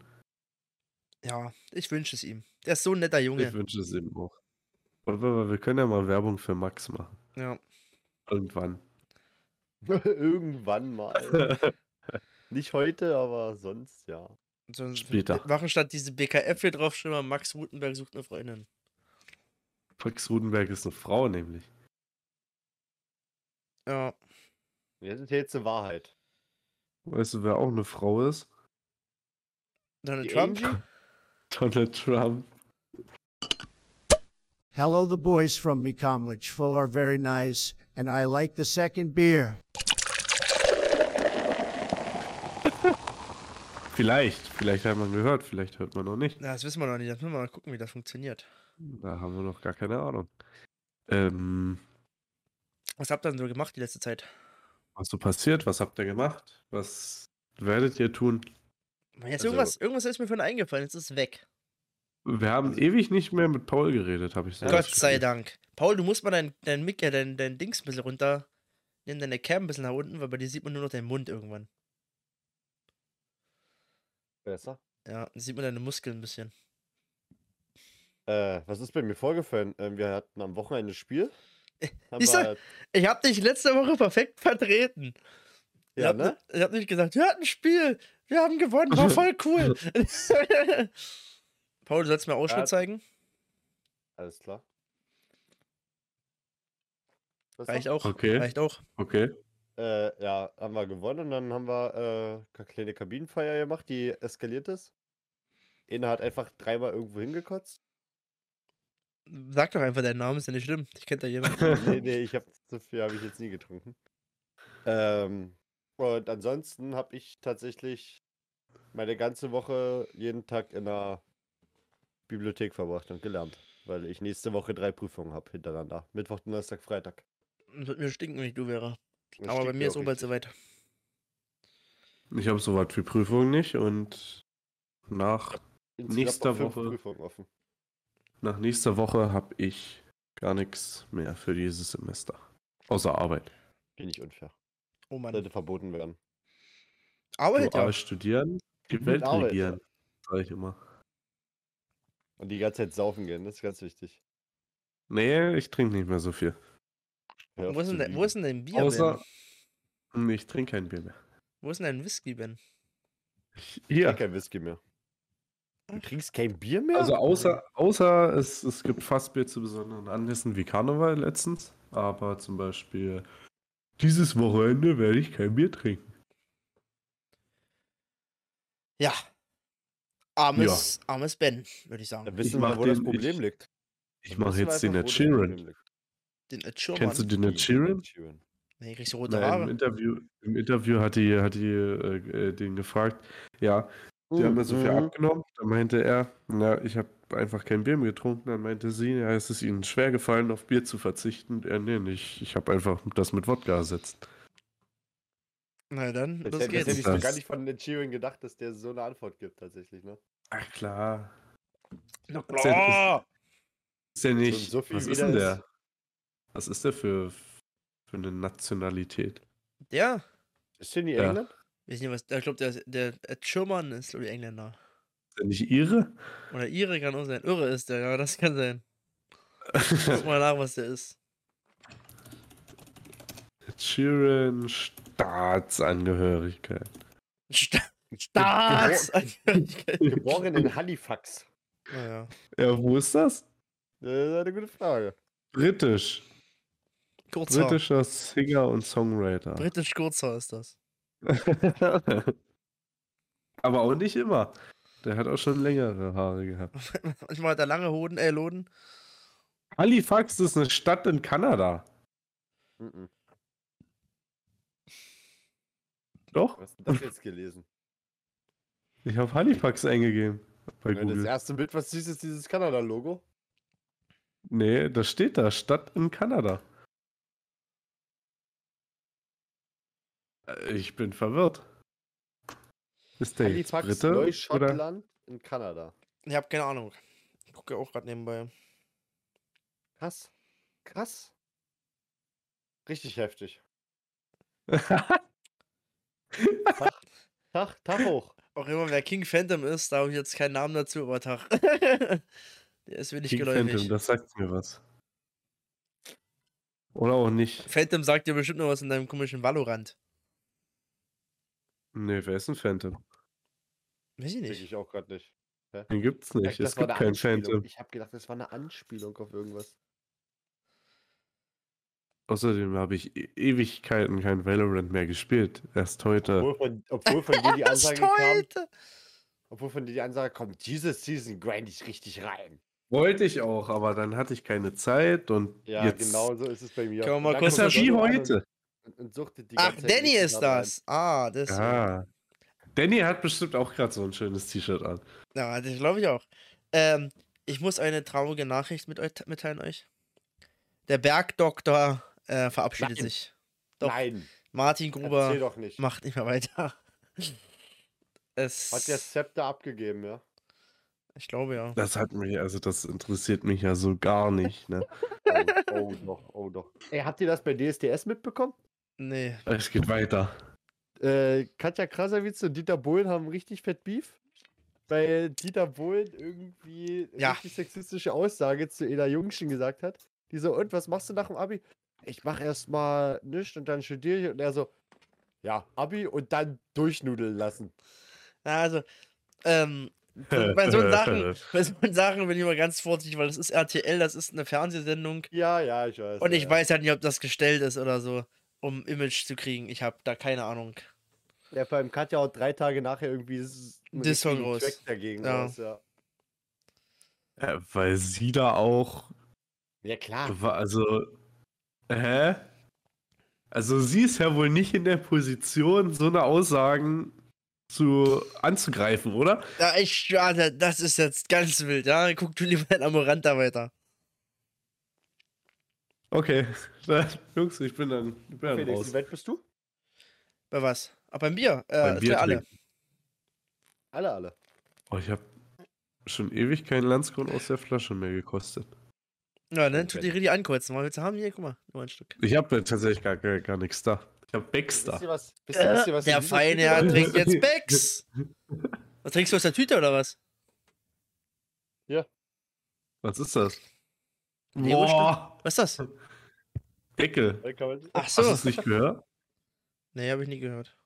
[SPEAKER 3] Ja, ich wünsche es ihm. Der ist so ein netter
[SPEAKER 1] Ich
[SPEAKER 3] Junge.
[SPEAKER 1] wünsche es ihm auch. Aber wir können ja mal Werbung für Max machen.
[SPEAKER 3] Ja.
[SPEAKER 1] Irgendwann.
[SPEAKER 2] Irgendwann mal. nicht heute, aber sonst ja.
[SPEAKER 3] So,
[SPEAKER 1] Später.
[SPEAKER 3] Machen statt diese BKF hier drauf schon mal Max Rutenberg sucht eine Freundin.
[SPEAKER 1] Max Rudenberg ist eine Frau nämlich.
[SPEAKER 3] Ja.
[SPEAKER 2] Jetzt ist jetzt eine Wahrheit.
[SPEAKER 1] Weißt du, wer auch eine Frau ist?
[SPEAKER 3] Donald
[SPEAKER 2] Die
[SPEAKER 3] Trump?
[SPEAKER 2] Angie?
[SPEAKER 1] Donald Trump.
[SPEAKER 5] Hello, the boys from Mecomlich Full are very nice, and I like the second beer.
[SPEAKER 1] Vielleicht, vielleicht hat man gehört, vielleicht hört man noch nicht.
[SPEAKER 3] Na, das wissen wir noch nicht. Das müssen wir mal gucken, wie das funktioniert.
[SPEAKER 1] Da haben wir noch gar keine Ahnung. Ähm,
[SPEAKER 3] Was habt ihr denn so gemacht die letzte Zeit?
[SPEAKER 1] was so passiert? Was habt ihr gemacht? Was werdet ihr tun?
[SPEAKER 3] Mann, Jetzt
[SPEAKER 2] Also-
[SPEAKER 3] irgendwas, irgendwas ist mir von eingefallen, jetzt ist es weg.
[SPEAKER 1] Wir haben ewig nicht mehr mit Paul geredet, habe ich so
[SPEAKER 3] Also- Gott
[SPEAKER 1] das
[SPEAKER 3] sei
[SPEAKER 1] Gefühl.
[SPEAKER 3] Dank. Paul, du musst mal dein, dein, Mic, äh, dein, dein Dings ein bisschen runter. Nimm deine Cam ein bisschen nach unten, weil bei dir sieht man nur noch deinen Mund irgendwann.
[SPEAKER 2] Besser.
[SPEAKER 3] Ja, sieht man deine Muskeln ein bisschen.
[SPEAKER 2] Äh, was ist bei mir vorgefallen? Ähm, wir hatten am Wochenende ein Spiel. Haben
[SPEAKER 3] Siehst du?
[SPEAKER 2] wir-
[SPEAKER 3] Ich hab dich letzte Woche perfekt vertreten. Ich
[SPEAKER 2] ja,
[SPEAKER 3] hab,
[SPEAKER 2] ne?
[SPEAKER 3] Ich hab nicht gesagt, wir hatten ein Spiel, wir haben gewonnen, war voll cool. Paul, du sollst mir Ausschnitt
[SPEAKER 2] Ja.
[SPEAKER 3] zeigen.
[SPEAKER 2] Alles klar. Besser?
[SPEAKER 3] Reicht auch.
[SPEAKER 1] Okay.
[SPEAKER 3] Reicht auch.
[SPEAKER 1] Okay.
[SPEAKER 2] Äh, ja, haben wir gewonnen und dann haben wir äh, eine kleine Kabinenfeier gemacht, die eskaliert ist. Einer hat einfach dreimal irgendwo hingekotzt.
[SPEAKER 3] Sag doch einfach deinen Namen, ist ja nicht schlimm. Ich kennt ja jemanden.
[SPEAKER 2] nee, nee, ich habe so viel habe ich jetzt nie getrunken. Ähm, und ansonsten habe ich tatsächlich meine ganze Woche jeden Tag in der Bibliothek verbracht und gelernt, weil ich nächste Woche drei Prüfungen habe hintereinander. Mittwoch, Donnerstag, Freitag.
[SPEAKER 3] Würde mir stinken, wenn ich du wäre.
[SPEAKER 2] Das
[SPEAKER 3] Aber bei
[SPEAKER 2] stinkt
[SPEAKER 3] mir
[SPEAKER 2] ja
[SPEAKER 3] ist
[SPEAKER 2] auch
[SPEAKER 3] Robert
[SPEAKER 2] richtig.
[SPEAKER 3] soweit.
[SPEAKER 1] Ich habe soweit für Prüfungen nicht und nach,
[SPEAKER 2] Insgesamt
[SPEAKER 1] nächster
[SPEAKER 2] noch fünf
[SPEAKER 1] Woche-
[SPEAKER 2] Prüfungen offen.
[SPEAKER 1] nach nächster Woche habe ich gar nichts mehr für dieses Semester. Außer Arbeit.
[SPEAKER 2] Bin ich unfair.
[SPEAKER 3] Oh Mann.
[SPEAKER 2] Sollte verboten werden.
[SPEAKER 3] Arbeit ja.
[SPEAKER 1] Dual studieren, die
[SPEAKER 2] Mit
[SPEAKER 1] Welt
[SPEAKER 2] Arbeit, ja.
[SPEAKER 1] regieren, sage ich immer.
[SPEAKER 2] Und die ganze Zeit saufen gehen, das ist ganz wichtig.
[SPEAKER 1] Nee, ich trinke nicht mehr so viel.
[SPEAKER 2] Hör auf
[SPEAKER 3] Wo ist,
[SPEAKER 2] zu
[SPEAKER 3] denn, de- wo
[SPEAKER 2] lügen.
[SPEAKER 3] ist denn dein Bier,
[SPEAKER 1] Außer-
[SPEAKER 3] Ben?
[SPEAKER 1] Nee, Ich trinke kein Bier mehr.
[SPEAKER 3] Wo ist denn dein Whisky, Ben?
[SPEAKER 2] Ich
[SPEAKER 1] Hier,
[SPEAKER 2] trink kein Whisky mehr. Du trinkst kein Bier mehr?
[SPEAKER 1] also außer, außer es, es gibt Fassbier zu besonderen Anlässen wie Karneval letztens, aber zum Beispiel dieses Wochenende werde ich kein Bier trinken.
[SPEAKER 3] Ja. Armes, armes Ben, würde ich sagen.
[SPEAKER 2] Dann wissen
[SPEAKER 1] ich
[SPEAKER 2] wir,
[SPEAKER 1] mach
[SPEAKER 2] wo das
[SPEAKER 1] den-
[SPEAKER 2] Problem
[SPEAKER 1] ich-
[SPEAKER 2] liegt.
[SPEAKER 1] Ich
[SPEAKER 2] Dann
[SPEAKER 1] mache
[SPEAKER 2] wissen wir
[SPEAKER 1] jetzt den
[SPEAKER 2] einfach,
[SPEAKER 1] Ed
[SPEAKER 2] wo das
[SPEAKER 1] Sheeran.
[SPEAKER 2] Problem liegt.
[SPEAKER 3] Den Ed Sheeran.
[SPEAKER 1] Kennst du den Ed
[SPEAKER 2] Die
[SPEAKER 1] Sheeran?
[SPEAKER 2] Ed Sheeran.
[SPEAKER 3] Nee, kriegst du rote
[SPEAKER 1] Nein, im
[SPEAKER 3] Haare.
[SPEAKER 1] Interview, im Interview hat die, hat die äh, äh, den gefragt, ja, die haben ja so viel
[SPEAKER 2] Mhm.
[SPEAKER 1] abgenommen. Da meinte er, na, ich habe einfach kein Bier mehr getrunken. Dann meinte sie, ja, es ist ihnen schwer gefallen, auf Bier zu verzichten. Er, nee, nicht. ich habe einfach das mit Wodka ersetzt.
[SPEAKER 3] Na dann,
[SPEAKER 2] Das
[SPEAKER 3] los
[SPEAKER 2] hätte, das
[SPEAKER 3] geht's.
[SPEAKER 2] hätte ich so gar
[SPEAKER 1] Das-
[SPEAKER 2] nicht von Ed Sheeran gedacht, dass der so eine Antwort gibt, tatsächlich. Ne?
[SPEAKER 1] Ach klar.
[SPEAKER 3] Na
[SPEAKER 1] Ist ja-
[SPEAKER 3] klar.
[SPEAKER 1] Ist ja nicht.
[SPEAKER 2] so viel
[SPEAKER 1] was
[SPEAKER 2] wie
[SPEAKER 1] ist
[SPEAKER 2] der
[SPEAKER 1] denn
[SPEAKER 2] ist.
[SPEAKER 1] der? Was ist der für, für eine Nationalität?
[SPEAKER 3] Ja.
[SPEAKER 2] Ist denn die
[SPEAKER 1] Ja.
[SPEAKER 2] England?
[SPEAKER 3] Ich weiß nicht, was. Ich glaube, der, der Ed Sheeran ist, glaube ich, Engländer.
[SPEAKER 1] Ist der nicht ihre?
[SPEAKER 3] Oder Ire kann auch sein. Irre ist der, ja, das kann sein. Guck mal nach, was der ist.
[SPEAKER 1] Sheeran Staatsangehörigkeit.
[SPEAKER 3] Sta- Staatsangehörigkeit.
[SPEAKER 2] Geboren in Halifax.
[SPEAKER 3] naja.
[SPEAKER 1] Ja, wo ist das?
[SPEAKER 2] Das ist eine gute Frage.
[SPEAKER 1] Britisch.
[SPEAKER 3] Kurzhaar. Britisch.
[SPEAKER 1] Britischer Singer und Songwriter.
[SPEAKER 3] Britisch Kurzhaar ist das.
[SPEAKER 1] Aber auch nicht immer. Der hat auch schon längere Haare gehabt.
[SPEAKER 3] Manchmal hat er lange Hoden, äh, Loden.
[SPEAKER 1] Halifax ist eine Stadt in Kanada.
[SPEAKER 2] Mhm.
[SPEAKER 1] Doch?
[SPEAKER 2] Was hast du das jetzt gelesen?
[SPEAKER 1] Ich habe Halifax eingegeben. Bei
[SPEAKER 2] Ja, Das
[SPEAKER 1] Google.
[SPEAKER 2] erste Bild, was siehst, ist dieses Kanada-Logo.
[SPEAKER 1] Nee, da steht da. Stadt in Kanada. Äh, Ich bin verwirrt. Ist der jetzt
[SPEAKER 2] Halifax,
[SPEAKER 1] Brite? Oder?
[SPEAKER 2] Neuschottland in Kanada.
[SPEAKER 3] Ich hab keine Ahnung. Ich gucke auch gerade nebenbei.
[SPEAKER 2] Krass. Krass. Richtig heftig. Tach, Tach, Tach hoch.
[SPEAKER 3] Auch immer, wer King Phantom ist, da habe ich jetzt keinen Namen dazu, aber Tag. Der ist wenig
[SPEAKER 1] King
[SPEAKER 3] geläufig.
[SPEAKER 1] Phantom,
[SPEAKER 3] Phantom,
[SPEAKER 1] das sagt mir was. Oder auch nicht.
[SPEAKER 3] sagt dir bestimmt noch was in deinem komischen Valorant.
[SPEAKER 1] Nee, wer ist ein Phantom?
[SPEAKER 3] Weiß ich
[SPEAKER 2] Check
[SPEAKER 3] nicht.
[SPEAKER 2] ich auch gerade nicht.
[SPEAKER 1] Den gibt's nicht.
[SPEAKER 2] Dachte,
[SPEAKER 1] Es
[SPEAKER 2] das war
[SPEAKER 1] gibt
[SPEAKER 2] eine
[SPEAKER 1] keinen
[SPEAKER 2] Anspielung.
[SPEAKER 1] Phantom.
[SPEAKER 2] Ich habe gedacht, das war eine Anspielung auf irgendwas.
[SPEAKER 1] Außerdem habe ich e Ewigkeiten kein Valorant mehr gespielt. Erst heute.
[SPEAKER 2] Obwohl von, obwohl von dir die
[SPEAKER 3] Das
[SPEAKER 2] Ansage kam,
[SPEAKER 3] heute.
[SPEAKER 2] obwohl von dir die Ansage kommt, diese Season grind ich richtig rein.
[SPEAKER 1] Wollte ich auch, aber dann hatte ich keine Zeit und
[SPEAKER 2] Ja,
[SPEAKER 1] jetzt
[SPEAKER 2] genau so ist es bei mir.
[SPEAKER 3] Können wir
[SPEAKER 2] Und
[SPEAKER 3] mal
[SPEAKER 2] dann
[SPEAKER 1] Das
[SPEAKER 3] kurz-
[SPEAKER 1] ist ja
[SPEAKER 2] guckt er
[SPEAKER 1] wie
[SPEAKER 2] Leute an
[SPEAKER 1] heute.
[SPEAKER 2] Und, und suchtet die
[SPEAKER 3] Ach,
[SPEAKER 2] ganze Zeit
[SPEAKER 3] Danny
[SPEAKER 2] richtig
[SPEAKER 3] ist
[SPEAKER 2] hart rein.
[SPEAKER 3] das. Ah, das.
[SPEAKER 1] Ja. Danny hat bestimmt auch gerade so ein schönes T-Shirt an.
[SPEAKER 3] Ja, das glaube ich auch. Ähm, Ich muss eine traurige Nachricht mit euch mitteilen euch. Der Bergdoktor äh, verabschiedet
[SPEAKER 2] Nein.
[SPEAKER 3] sich. Doch.
[SPEAKER 2] Nein,
[SPEAKER 3] Martin
[SPEAKER 2] erzähl
[SPEAKER 3] Gruber
[SPEAKER 2] doch nicht.
[SPEAKER 3] macht nicht mehr weiter. Es,
[SPEAKER 2] Hat der Zepter abgegeben, ja?
[SPEAKER 3] ich glaube ja.
[SPEAKER 1] Das hat mich, also das interessiert mich ja so gar nicht. Ne?
[SPEAKER 2] Oh, oh doch, oh doch. Ey, habt ihr das bei DSDS mitbekommen?
[SPEAKER 3] Nee.
[SPEAKER 1] Es geht weiter.
[SPEAKER 2] Äh, Katja Krasavice und Dieter Bohlen haben richtig fett Beef. Weil Dieter Bohlen irgendwie
[SPEAKER 3] Ja.
[SPEAKER 2] richtig sexistische Aussage zu Eda Jungschen gesagt hat. Die so, und was machst du nach dem Abi? Ich mach erstmal nichts und dann studiere ich. Und er so, ja, Abi und dann durchnudeln lassen.
[SPEAKER 3] Na, also, ähm, bei so Sachen, bei so Sachen bin ich immer ganz vorsichtig, weil das ist RTL, das ist eine Fernsehsendung.
[SPEAKER 2] Ja, ja, ich weiß.
[SPEAKER 3] Und
[SPEAKER 2] ja,
[SPEAKER 3] ich
[SPEAKER 2] ja.
[SPEAKER 3] weiß ja nicht, ob das gestellt ist oder so, um Image zu kriegen. Ich habe da keine Ahnung.
[SPEAKER 2] Ja, vor allem Katja haut drei Tage nachher irgendwie s- einen
[SPEAKER 3] Das war
[SPEAKER 2] richtigen
[SPEAKER 3] groß.
[SPEAKER 2] Track dagegen
[SPEAKER 3] Ja.
[SPEAKER 2] raus, ja.
[SPEAKER 1] Äh, weil sie da auch,
[SPEAKER 2] Ja, klar.
[SPEAKER 1] war, also, hä? Also sie ist ja wohl nicht in der Position, so eine Aussagen zu anzugreifen, oder?
[SPEAKER 3] Ja, ich, ja, da- das ist jetzt ganz wild, ja. Guck du lieber dein Amoranta weiter.
[SPEAKER 1] Okay, Jungs, ich bin dann, ich bin dann
[SPEAKER 2] Felix, wie
[SPEAKER 1] raus.
[SPEAKER 2] weit bist du?
[SPEAKER 3] Bei was? Ah, beim Bier. Äh,
[SPEAKER 1] Beim
[SPEAKER 3] für
[SPEAKER 1] Bier
[SPEAKER 3] alle.
[SPEAKER 1] trinken.
[SPEAKER 2] Alle, alle.
[SPEAKER 1] Oh, ich habe schon ewig keinen Landskorn aus der Flasche mehr gekostet.
[SPEAKER 3] Ja, dann tut die Redi ankreuzen. Was willst du haben hier? Guck mal, nur ein Stück.
[SPEAKER 1] Ich habe tatsächlich gar, gar, gar nichts da. Ich habe
[SPEAKER 2] Wisst
[SPEAKER 1] Baxter.
[SPEAKER 2] ihr was? Wisst ihr, wisst ihr, was in
[SPEAKER 3] der
[SPEAKER 2] dieser
[SPEAKER 3] feine
[SPEAKER 2] Tüte
[SPEAKER 3] Herr
[SPEAKER 2] drin ist?
[SPEAKER 3] trinkt jetzt Becks. Was trinkst du aus der Tüte oder was?
[SPEAKER 1] Was ist das?
[SPEAKER 3] Leo Was ist das?
[SPEAKER 1] Deckel.
[SPEAKER 2] Da kann man-
[SPEAKER 3] Ach
[SPEAKER 1] Hast du
[SPEAKER 3] so.
[SPEAKER 1] es nicht gehört?
[SPEAKER 3] Nee, habe ich nie gehört.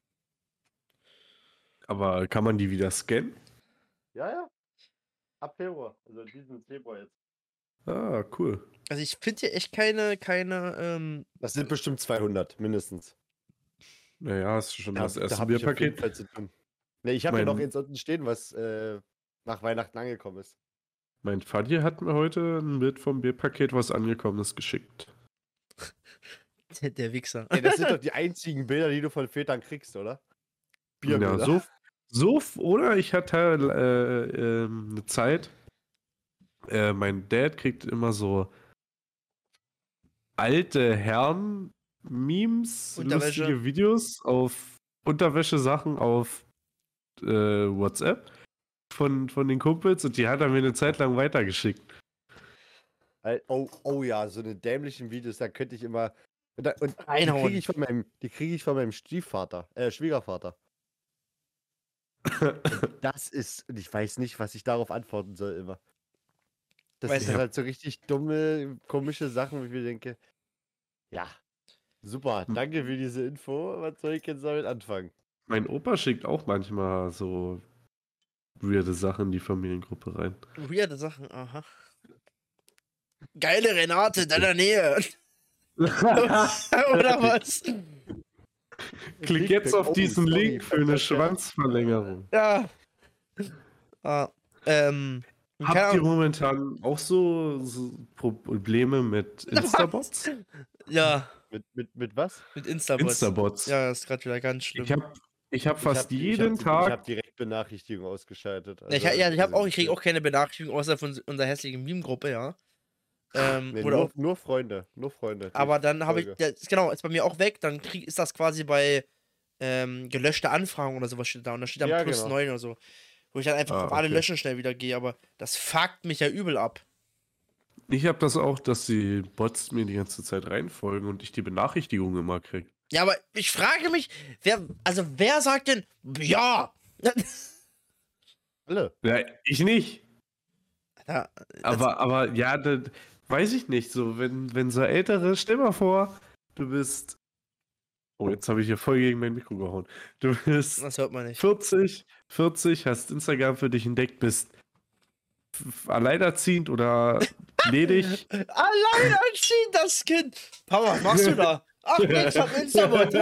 [SPEAKER 1] Aber kann man die wieder scannen?
[SPEAKER 2] Ja, ja. Ab Februar. Also diesen Februar jetzt.
[SPEAKER 1] Ah, cool.
[SPEAKER 3] Also ich finde hier echt keine, keine, ähm,
[SPEAKER 2] Das sind bestimmt 200, mindestens.
[SPEAKER 1] Naja, hast du schon das
[SPEAKER 2] da
[SPEAKER 1] erste
[SPEAKER 2] hab ich auf jeden
[SPEAKER 1] Bierpaket?
[SPEAKER 2] Fall zu tun. Nee, ich habe ja noch
[SPEAKER 1] Mein-
[SPEAKER 2] eins unten stehen, was äh, nach Weihnachten angekommen ist.
[SPEAKER 1] Mein Vati hat mir heute ein Bild vom Bierpaket, was angekommen ist, geschickt.
[SPEAKER 3] der, der Wichser.
[SPEAKER 2] Ey, das sind doch die einzigen Bilder, die du von Vätern kriegst, oder?
[SPEAKER 1] ja,
[SPEAKER 2] Bierbilder.
[SPEAKER 1] so, so, f- oder ich hatte äh, ähm, eine Zeit, äh, mein Dad kriegt immer so alte Herren-Memes,
[SPEAKER 3] Unterwäsche.
[SPEAKER 1] lustige Videos auf Unterwäsche-Sachen auf äh, WhatsApp von, von den Kumpels und die hat er mir eine Zeit lang weitergeschickt.
[SPEAKER 2] Al- Oh, oh ja, so eine dämlichen Videos, da könnte ich immer. Und, da, und die
[SPEAKER 3] Reinhauen.
[SPEAKER 2] kriege ich, von meinem- die krieg ich von meinem Stiefvater, äh, Schwiegervater. Und das ist, und ich weiß nicht, was ich darauf antworten soll immer. Das
[SPEAKER 3] Weißt
[SPEAKER 2] sind
[SPEAKER 1] du-
[SPEAKER 2] halt so richtig dumme, komische Sachen, wo ich mir denke, ja, super,
[SPEAKER 1] Hm.
[SPEAKER 2] danke für diese Info, was soll ich jetzt damit anfangen?
[SPEAKER 1] Mein Opa schickt auch manchmal so weirde Sachen in die Familiengruppe rein.
[SPEAKER 3] Weirde Sachen, aha. Geile Renate, in deiner Nähe. Oder was?
[SPEAKER 1] Klick jetzt auf
[SPEAKER 2] Oh,
[SPEAKER 1] diesen
[SPEAKER 2] sorry,
[SPEAKER 1] Link für eine Schwanzverlängerung.
[SPEAKER 3] Ja. Ah, ähm, keine
[SPEAKER 1] Habt ihr
[SPEAKER 3] Ahnung.
[SPEAKER 1] momentan auch so, so Probleme mit Instabots?
[SPEAKER 3] Ja,
[SPEAKER 2] Mit, mit, mit was?
[SPEAKER 3] mit Instabots.
[SPEAKER 1] Instabots.
[SPEAKER 3] Ja, das ist gerade wieder ganz schlimm.
[SPEAKER 1] Ich habe ich hab fast
[SPEAKER 2] die-
[SPEAKER 1] jeden
[SPEAKER 2] ich hab, die- Ich habe
[SPEAKER 1] Tag.
[SPEAKER 2] direkt Benachrichtigung ausgeschaltet.
[SPEAKER 3] Ja, ich,
[SPEAKER 2] also
[SPEAKER 3] ja, ich habe
[SPEAKER 2] diese-
[SPEAKER 3] auch, ich kriege auch keine Benachrichtigung außer von unserer hässlichen Meme-Gruppe, ja. Ähm,
[SPEAKER 2] Nee,
[SPEAKER 3] oder
[SPEAKER 2] nur,
[SPEAKER 3] auch,
[SPEAKER 2] nur Freunde, nur Freunde. die
[SPEAKER 3] aber dann habe ich,
[SPEAKER 2] Folge.
[SPEAKER 3] ja, ist genau, ist bei mir auch weg, dann krieg, ist das quasi bei ähm, gelöschte Anfragen oder sowas steht da und da steht dann
[SPEAKER 2] Ja,
[SPEAKER 3] plus
[SPEAKER 2] genau.
[SPEAKER 3] 9 oder so. Wo ich dann einfach
[SPEAKER 1] Ah,
[SPEAKER 3] auf alle
[SPEAKER 1] okay.
[SPEAKER 3] löschen schnell wieder gehe, aber das fuckt mich ja übel ab.
[SPEAKER 1] Ich habe das auch, dass die Bots mir die ganze Zeit reinfolgen und ich die Benachrichtigungen immer kriege.
[SPEAKER 3] Ja, aber ich frage mich, wer, also wer sagt denn, ja?
[SPEAKER 2] Alle.
[SPEAKER 1] Ja, ich nicht.
[SPEAKER 3] Ja,
[SPEAKER 1] Aber, aber ja, das weiß ich nicht. So, wenn, wenn so ältere, stell mal vor, du bist. Oh, jetzt habe ich hier voll gegen mein Mikro gehauen. Du bist
[SPEAKER 3] das hört man nicht.
[SPEAKER 1] 40, 40, hast Instagram für dich entdeckt, bist f- alleinerziehend oder ledig.
[SPEAKER 3] Allein anziehen das Kind! Papa, was machst du da? Ach nix, ich hab einen Instabot.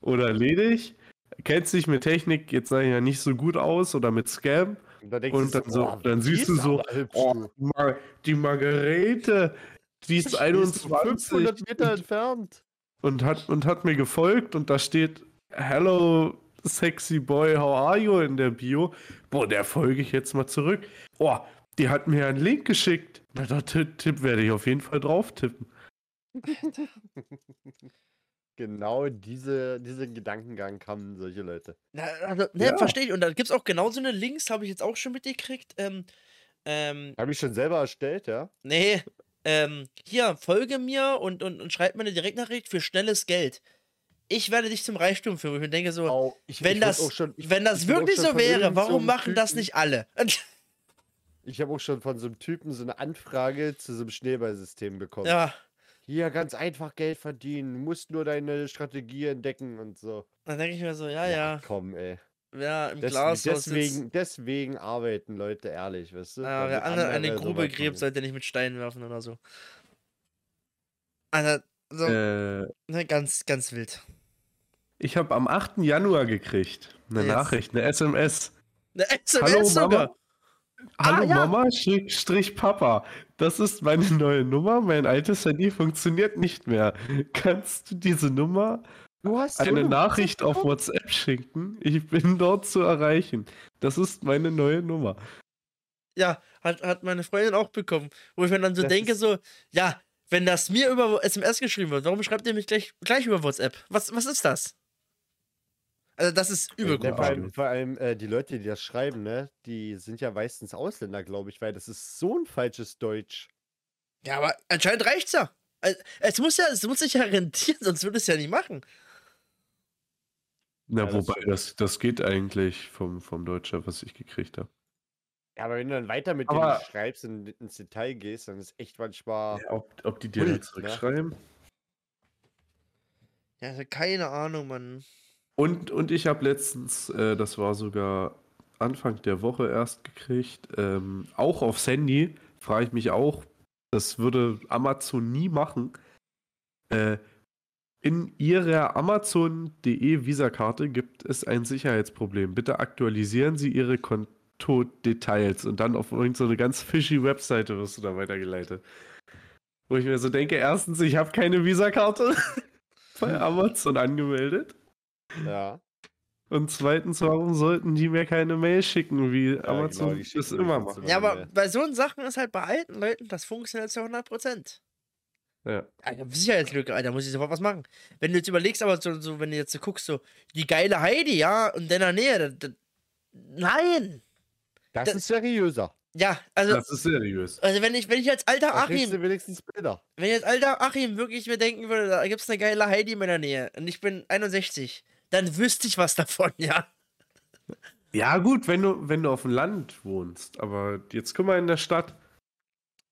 [SPEAKER 1] oder ledig. Kennst dich mit Technik, jetzt sage ich ja nicht so gut aus oder mit Scam.
[SPEAKER 2] Und dann, denkst
[SPEAKER 1] Und
[SPEAKER 2] du
[SPEAKER 1] dann so-
[SPEAKER 2] boah,
[SPEAKER 1] dann
[SPEAKER 2] die
[SPEAKER 1] siehst du
[SPEAKER 2] ist
[SPEAKER 1] so,
[SPEAKER 2] aber hübsch,
[SPEAKER 1] Oh,
[SPEAKER 2] du.
[SPEAKER 1] Mar- die Margarete, die ist
[SPEAKER 2] Die ist
[SPEAKER 1] 21.
[SPEAKER 2] so 500 Meter entfernt.
[SPEAKER 1] und hat, und hat mir gefolgt und da steht Hello Sexy Boy, how are you in der Bio? Boah, der folge ich jetzt mal zurück. Oh, die hat mir einen Link geschickt. Na, da Tipp, Tipp werde ich auf jeden Fall drauf tippen.
[SPEAKER 2] Genau diese, diesen Gedankengang haben solche Leute.
[SPEAKER 3] Na, also, ne,
[SPEAKER 1] Ja.
[SPEAKER 3] verstehe ich. Und da gibt es auch genauso eine Links, habe ich jetzt auch schon mitgekriegt. Ähm, ähm,
[SPEAKER 2] Habe ich schon selber erstellt, ja?
[SPEAKER 3] nee, ähm, hier, folge mir und, und, und schreib mir eine Direktnachricht für schnelles Geld. Ich werde dich zum Reichtum führen. wo Ich mir denke so,
[SPEAKER 2] Au, ich-
[SPEAKER 3] wenn
[SPEAKER 2] ich wurde
[SPEAKER 3] das,
[SPEAKER 2] auch schon- ich-
[SPEAKER 3] wenn das
[SPEAKER 2] ich wurde auch
[SPEAKER 3] wirklich
[SPEAKER 2] schon
[SPEAKER 3] so
[SPEAKER 2] von
[SPEAKER 3] wäre,
[SPEAKER 2] irgend so
[SPEAKER 3] warum
[SPEAKER 2] einem
[SPEAKER 3] machen das
[SPEAKER 2] Typen-
[SPEAKER 3] nicht alle?
[SPEAKER 2] Ich habe auch schon von so einem Typen so eine Anfrage zu so einem Schneeballsystem bekommen.
[SPEAKER 3] ja,
[SPEAKER 2] Hier ganz einfach Geld verdienen, musst nur deine Strategie entdecken und so.
[SPEAKER 3] dann denke ich mir so, ja, Ah, ja,
[SPEAKER 2] Komm, ey.
[SPEAKER 3] ja, im
[SPEAKER 2] Des,
[SPEAKER 3] Glas
[SPEAKER 2] deswegen, deswegen arbeiten Leute ehrlich, weißt du?
[SPEAKER 3] Ja, wer
[SPEAKER 2] Damit
[SPEAKER 3] anderen eine
[SPEAKER 2] andere
[SPEAKER 3] Grube
[SPEAKER 2] sowas
[SPEAKER 3] gräbt,
[SPEAKER 2] machen.
[SPEAKER 3] sollte nicht mit Steinen werfen oder so. Also, so,
[SPEAKER 1] Äh,
[SPEAKER 3] ne, ganz, ganz wild.
[SPEAKER 1] ich habe am 8. Januar gekriegt eine
[SPEAKER 3] Jetzt.
[SPEAKER 1] Nachricht, eine SMS.
[SPEAKER 3] Eine SMS
[SPEAKER 1] Hallo
[SPEAKER 3] sogar.
[SPEAKER 1] Mama.
[SPEAKER 2] Ah,
[SPEAKER 1] Hallo Mama, Strich Papa. Das ist meine neue Nummer. Mein altes Handy funktioniert nicht mehr. Kannst du diese Nummer
[SPEAKER 2] Du hast so
[SPEAKER 1] eine
[SPEAKER 2] eine
[SPEAKER 1] Nachricht auf WhatsApp schicken? Ich bin dort zu erreichen. Das ist meine neue Nummer.
[SPEAKER 3] Ja, hat, hat meine Freundin auch bekommen. Wo ich mir dann so
[SPEAKER 2] Das
[SPEAKER 3] denke,
[SPEAKER 2] ist-
[SPEAKER 3] so, ja, wenn das mir über SMS geschrieben wird, warum schreibt ihr mich gleich, gleich über WhatsApp? Was, was ist das? Also, das ist übel
[SPEAKER 2] Ja,
[SPEAKER 1] Übergrund.
[SPEAKER 2] Ne, vor
[SPEAKER 3] gut.
[SPEAKER 2] allem, vor allem äh, die Leute, die das schreiben, ne, die sind ja meistens Ausländer, glaube ich, weil das ist so ein falsches Deutsch.
[SPEAKER 3] Ja, aber anscheinend reicht's ja. Also, Es muss ja, es muss sich ja rentieren, sonst würde es ja nicht machen.
[SPEAKER 1] Na,
[SPEAKER 2] Ja, das-
[SPEAKER 1] wobei, das, das geht eigentlich vom, vom Deutscher, was ich gekriegt habe.
[SPEAKER 2] Ja, aber wenn du dann weiter mit
[SPEAKER 1] Aber-
[SPEAKER 2] denen schreibst und ins Detail gehst, dann ist echt manchmal.
[SPEAKER 1] Ob, ob die dir
[SPEAKER 2] Ui,
[SPEAKER 1] da zurückschreiben?
[SPEAKER 3] Ja, also keine Ahnung, Mann.
[SPEAKER 1] Und, und ich habe letztens, äh, das war sogar Anfang der Woche erst gekriegt, ähm, auch aufs Handy, frage ich mich auch, das würde Amazon nie machen. Äh, in Ihrer Amazon.de Visakarte gibt es ein Sicherheitsproblem. Bitte aktualisieren Sie Ihre Kontodetails und dann auf irgendeine so eine ganz fishy Webseite wirst du da weitergeleitet. Wo ich mir so denke, erstens, ich habe keine Visakarte bei Amazon angemeldet.
[SPEAKER 2] Ja.
[SPEAKER 1] Und zweitens, warum sollten die mir keine Mail schicken, wie
[SPEAKER 2] genau,
[SPEAKER 1] Amazon
[SPEAKER 2] die schicken
[SPEAKER 1] das
[SPEAKER 2] mir
[SPEAKER 1] immer
[SPEAKER 2] jetzt
[SPEAKER 1] macht?
[SPEAKER 2] immer.
[SPEAKER 3] Ja, aber
[SPEAKER 2] Ja.
[SPEAKER 3] bei so Sachen ist halt bei alten Leuten, das funktioniert zu Ah, 100%.
[SPEAKER 1] Ja.
[SPEAKER 3] Alter, Sicherheitslücke, Alter, muss ich sofort was machen. Wenn du jetzt überlegst, aber so, so wenn du jetzt so guckst, so, die geile Heidi, ja, und in deiner Nähe, da, da, nein!
[SPEAKER 2] Das,
[SPEAKER 3] Das-
[SPEAKER 2] ist seriöser.
[SPEAKER 3] Ja, also,
[SPEAKER 1] Das ist seriös.
[SPEAKER 3] also wenn ich, wenn ich als alter
[SPEAKER 2] Da kriegst
[SPEAKER 3] Achim,
[SPEAKER 2] du wenigstens Bilder.
[SPEAKER 3] wenn ich als alter Achim wirklich mir denken würde, da gibt's eine geile Heidi in meiner Nähe und ich bin 61, dann wüsste ich was davon, ja.
[SPEAKER 1] Ja, gut, wenn du, wenn du auf dem Land wohnst, aber jetzt guck mal in der Stadt.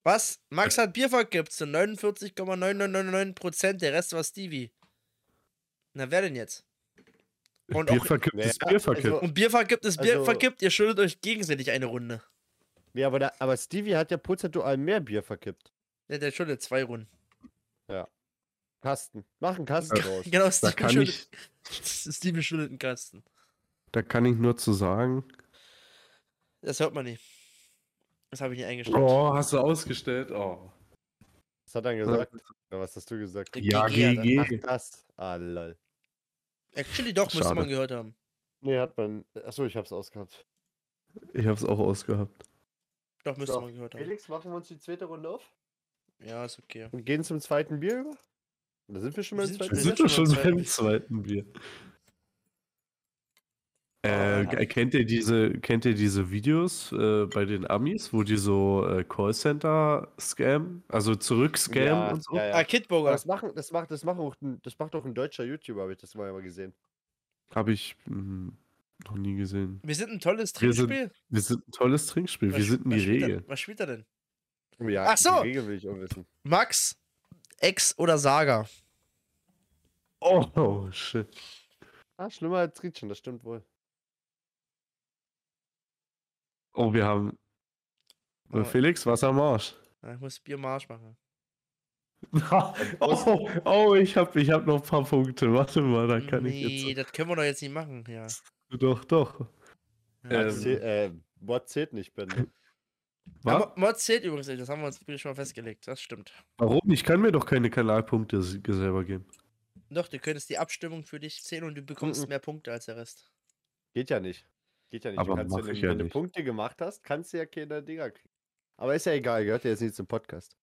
[SPEAKER 3] Was? Max hat Bier verkippt zu 49,9999%, der Rest war Stevie. Na, wer denn jetzt? Und
[SPEAKER 1] Bier
[SPEAKER 3] auch-
[SPEAKER 1] verkippt ist
[SPEAKER 2] Naja,
[SPEAKER 1] Bier verkippt.
[SPEAKER 2] also-
[SPEAKER 3] Und Bier verkippt ist Bier
[SPEAKER 2] Also-
[SPEAKER 3] verkippt, ihr schuldet euch gegenseitig eine Runde.
[SPEAKER 2] Ja, aber, da, aber Stevie hat ja prozentual mehr Bier verkippt.
[SPEAKER 3] Ja, der schuldet zwei Runden.
[SPEAKER 2] Kasten. Mach einen Kasten draus.
[SPEAKER 3] Genau,
[SPEAKER 1] da,
[SPEAKER 3] Steven
[SPEAKER 1] kann
[SPEAKER 3] schuldet,
[SPEAKER 1] ich,
[SPEAKER 3] Steven schuldet einen Kasten.
[SPEAKER 1] da kann ich nur zu sagen.
[SPEAKER 3] Das hört man nicht. Das habe ich nicht eingestellt.
[SPEAKER 1] Oh, hast du ausgestellt? Oh.
[SPEAKER 2] Was hat er gesagt? Oder was hast du gesagt?
[SPEAKER 3] Ge-
[SPEAKER 1] Ja,
[SPEAKER 3] GG hat er.
[SPEAKER 2] Ach,
[SPEAKER 1] GG.
[SPEAKER 2] das. Ah, lol.
[SPEAKER 3] Actually doch, müsste
[SPEAKER 1] Oh, Schade.
[SPEAKER 3] man gehört haben.
[SPEAKER 2] Nee, Ne, hat man. Achso, ich hab's ausgehabt.
[SPEAKER 1] Ich hab's auch ausgehabt.
[SPEAKER 3] Doch, müsste
[SPEAKER 2] So.
[SPEAKER 3] man gehört halt. haben.
[SPEAKER 2] Felix, machen wir uns die zweite Runde auf?
[SPEAKER 3] Ja, ist okay.
[SPEAKER 2] Und gehen zum zweiten Bier über? Da sind wir schon
[SPEAKER 3] Wir
[SPEAKER 2] beim
[SPEAKER 3] sind
[SPEAKER 1] Wir
[SPEAKER 3] Wir
[SPEAKER 2] zweiten Bier.
[SPEAKER 1] sind doch
[SPEAKER 3] schon
[SPEAKER 1] schon
[SPEAKER 3] beim
[SPEAKER 1] beim zweiten Bier.
[SPEAKER 3] Oh,
[SPEAKER 1] Äh,
[SPEAKER 3] Ah.
[SPEAKER 1] kennt, ihr diese, kennt ihr diese Videos äh, bei den Amis, wo die so äh, Callcenter-Scam, also zurück-Scam
[SPEAKER 2] Ja,
[SPEAKER 1] und so?
[SPEAKER 2] ja, ja.
[SPEAKER 3] Ah, Kidburger.
[SPEAKER 2] Das, machen, das, macht, das, macht auch ein, das macht auch ein deutscher YouTuber, habe ich das mal gesehen.
[SPEAKER 1] Habe ich mh, noch nie gesehen.
[SPEAKER 3] Wir sind ein tolles
[SPEAKER 1] Wir sind-
[SPEAKER 3] Trinkspiel.
[SPEAKER 1] Wir sind ein tolles Trinkspiel. Wir
[SPEAKER 3] Was-
[SPEAKER 1] sind in die
[SPEAKER 3] was spielt er-
[SPEAKER 1] Regel.
[SPEAKER 3] Was spielt er denn?
[SPEAKER 2] Ja,
[SPEAKER 3] Ach so.
[SPEAKER 2] Die Regel will ich auch wissen.
[SPEAKER 3] Max, Ex oder
[SPEAKER 1] Äh,
[SPEAKER 3] Saga?
[SPEAKER 1] Oh, oh, shit.
[SPEAKER 2] Ah, schlimmer als Rietchen, das stimmt wohl.
[SPEAKER 1] Oh, wir haben. äh,
[SPEAKER 3] Oh.
[SPEAKER 1] Felix, was am Arsch?
[SPEAKER 3] Ah, Ich muss Biermarsch machen.
[SPEAKER 1] oh, oh, ich habe ich hab noch ein paar Punkte. Warte mal, da kann ich
[SPEAKER 3] Nee,
[SPEAKER 1] jetzt.
[SPEAKER 3] das können wir doch jetzt nicht machen. Ja.
[SPEAKER 1] Doch, doch.
[SPEAKER 2] Ah,
[SPEAKER 1] Ähm,
[SPEAKER 2] zäh- äh, Wort zählt nicht, Ben.
[SPEAKER 1] Wa-
[SPEAKER 3] Aber Mod zählt übrigens nicht, das haben wir uns übrigens schon mal festgelegt. Das stimmt.
[SPEAKER 1] Warum? Ich kann mir doch keine Kanalpunkte s- selber geben.
[SPEAKER 3] Doch, du könntest die Abstimmung für dich zählen und du bekommst
[SPEAKER 2] Mhm.
[SPEAKER 3] mehr Punkte als der Rest.
[SPEAKER 2] Geht ja nicht. Geht ja nicht.
[SPEAKER 1] Aber
[SPEAKER 2] du kannst,
[SPEAKER 1] mach
[SPEAKER 2] wenn du,
[SPEAKER 1] ich ja
[SPEAKER 2] wenn du
[SPEAKER 1] nicht.
[SPEAKER 2] Punkte gemacht hast, kannst du ja keine Dinger kriegen. Aber ist ja egal, gehört ja jetzt nicht zum Podcast.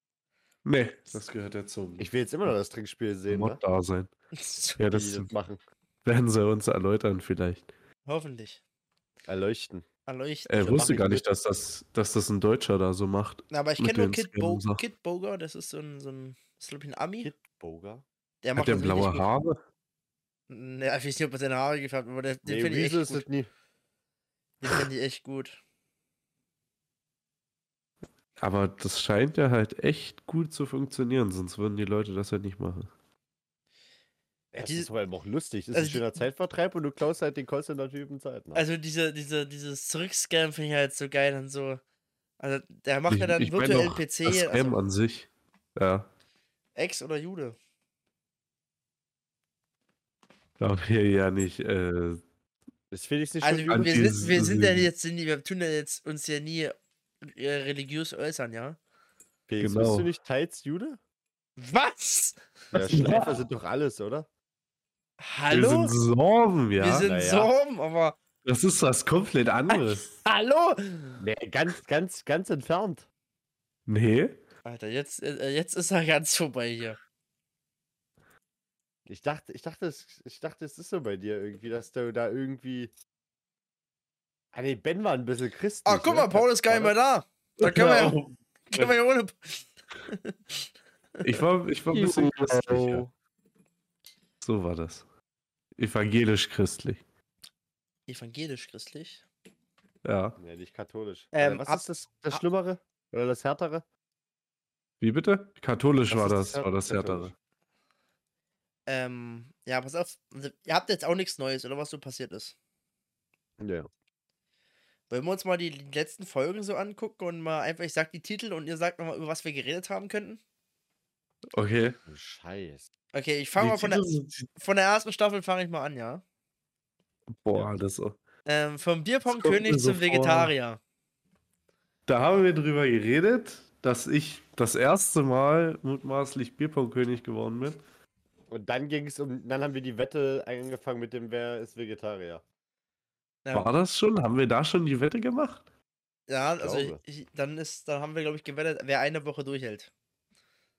[SPEAKER 1] Nee, das gehört ja zum
[SPEAKER 2] Ich will jetzt immer noch das Trinkspiel sehen, ne?
[SPEAKER 1] Mod-Dasein. Ja,
[SPEAKER 2] Wie die
[SPEAKER 1] das
[SPEAKER 2] das machen.
[SPEAKER 1] werden sie uns erläutern vielleicht.
[SPEAKER 3] Hoffentlich.
[SPEAKER 2] Erleuchten.
[SPEAKER 3] Erleuchtet.
[SPEAKER 1] Er
[SPEAKER 2] Ja,
[SPEAKER 1] Äh, wusste
[SPEAKER 2] mach
[SPEAKER 1] gar
[SPEAKER 2] ich
[SPEAKER 1] nicht, dass das, dass das ein Deutscher da so macht.
[SPEAKER 3] Na, aber ich
[SPEAKER 1] mit
[SPEAKER 3] kenne nur
[SPEAKER 1] den
[SPEAKER 3] Kid, Bo
[SPEAKER 1] Scammer.
[SPEAKER 3] Kid Boger, das ist so ein, so ein, ist, glaub ich, ein Ami.
[SPEAKER 2] Kid Boga?
[SPEAKER 3] der
[SPEAKER 1] Hat der
[SPEAKER 3] das richtig
[SPEAKER 1] blaue
[SPEAKER 3] gut.
[SPEAKER 1] Haare?
[SPEAKER 3] Ne, ich weiß nicht, ob er seine Haare gefärbt hat, aber der, den
[SPEAKER 2] Nee,
[SPEAKER 3] finde ich
[SPEAKER 2] Weasel
[SPEAKER 3] echt
[SPEAKER 2] ist
[SPEAKER 3] gut.
[SPEAKER 2] das nie.
[SPEAKER 3] Den finde ich echt gut.
[SPEAKER 1] Aber das scheint ja halt echt gut zu funktionieren, sonst würden die Leute das halt nicht machen.
[SPEAKER 2] Ja, das
[SPEAKER 3] diese-
[SPEAKER 2] ist aber eben auch lustig. Das ist
[SPEAKER 3] also
[SPEAKER 2] ein
[SPEAKER 3] die-
[SPEAKER 2] schöner Zeitvertreib und du klaust halt den Konstantin-Typen Zeit. Ne?
[SPEAKER 3] Also diese, diese, dieses Zurückscam finde ich halt so geil und so. Also der macht
[SPEAKER 1] ich,
[SPEAKER 3] ja dann
[SPEAKER 1] ich mein
[SPEAKER 3] virtuellen
[SPEAKER 1] doch, Das
[SPEAKER 3] PC,
[SPEAKER 1] Scam
[SPEAKER 3] also
[SPEAKER 1] an sich. Ja,
[SPEAKER 3] Ex oder Jude.
[SPEAKER 1] darf hier ja nicht. Äh,
[SPEAKER 2] ist Felix nicht
[SPEAKER 3] Also
[SPEAKER 2] schon
[SPEAKER 3] wir,
[SPEAKER 2] Jude?
[SPEAKER 3] wir,
[SPEAKER 1] Anti-
[SPEAKER 3] sind, wir sind ja jetzt nie, wir tun ja jetzt uns ja nie äh, religiös äußern, ja?
[SPEAKER 2] Felix,
[SPEAKER 1] genau.
[SPEAKER 2] bist du nicht teils Jude?
[SPEAKER 3] Was?
[SPEAKER 2] Ja, Schleifer sind doch alles, oder?
[SPEAKER 1] Wir
[SPEAKER 3] Hallo?
[SPEAKER 1] sind Sorben, ja.
[SPEAKER 3] Wir sind
[SPEAKER 2] naja.
[SPEAKER 3] Sorben, aber
[SPEAKER 1] das ist was komplett anderes.
[SPEAKER 3] hallo?
[SPEAKER 2] Nee, ganz, ganz, ganz entfernt.
[SPEAKER 1] nee.
[SPEAKER 3] Alter, jetzt, äh, jetzt ist er ganz vorbei hier.
[SPEAKER 2] Ich dachte, ich dachte, es, ich dachte, es ist so bei dir irgendwie, dass du da irgendwie. Ah nee, Ben war ein bisschen christlich.
[SPEAKER 3] Ah, guck
[SPEAKER 2] ne?
[SPEAKER 3] mal, Paul ist gar nicht mehr
[SPEAKER 2] War
[SPEAKER 3] da. Da können wir ja, können wir ja ohne.
[SPEAKER 1] Ich war, ich war ein bisschen christlicher. So war das. Evangelisch-christlich.
[SPEAKER 3] Evangelisch-christlich.
[SPEAKER 1] Ja.
[SPEAKER 2] das? Nee, nicht katholisch.
[SPEAKER 3] Ähm,
[SPEAKER 2] Oder was
[SPEAKER 3] ab-
[SPEAKER 2] ist das, das
[SPEAKER 3] ab-
[SPEAKER 2] Schlimmere? Oder das Härtere?
[SPEAKER 1] Wie bitte? Katholisch
[SPEAKER 2] Was
[SPEAKER 1] war
[SPEAKER 2] ist
[SPEAKER 1] das, war das
[SPEAKER 2] Katholisch?
[SPEAKER 1] härtere.
[SPEAKER 3] Ähm, ja, pass auf. also Ihr habt jetzt auch nichts Neues, oder was so passiert ist.
[SPEAKER 2] Ja.
[SPEAKER 3] Wollen wir uns mal die letzten Folgen so angucken und mal einfach, ich sag die Titel und ihr sagt nochmal, über was wir geredet haben könnten?
[SPEAKER 1] Okay.
[SPEAKER 2] Du Scheiß.
[SPEAKER 3] Okay, ich fange
[SPEAKER 1] Die
[SPEAKER 3] mal von der,
[SPEAKER 1] Titel sind-
[SPEAKER 3] von der ersten Staffel fange ich mal an, ja.
[SPEAKER 1] Boah, das
[SPEAKER 3] Ähm, vom
[SPEAKER 1] kommt mir
[SPEAKER 3] Bierpong-König
[SPEAKER 1] so
[SPEAKER 3] zum
[SPEAKER 1] vor.
[SPEAKER 3] Vegetarier.
[SPEAKER 1] Da haben wir drüber geredet, dass ich das erste Mal mutmaßlich Bierpongkönig geworden bin.
[SPEAKER 2] Und dann ging es um, dann haben wir die Wette angefangen mit dem, wer ist Vegetarier.
[SPEAKER 3] Ja.
[SPEAKER 1] War das schon? Haben wir da schon die Wette gemacht?
[SPEAKER 3] Ja, also
[SPEAKER 2] glaube.
[SPEAKER 3] ich, ich- dann ist, dann haben wir, glaube ich, gewettet, wer eine Woche durchhält.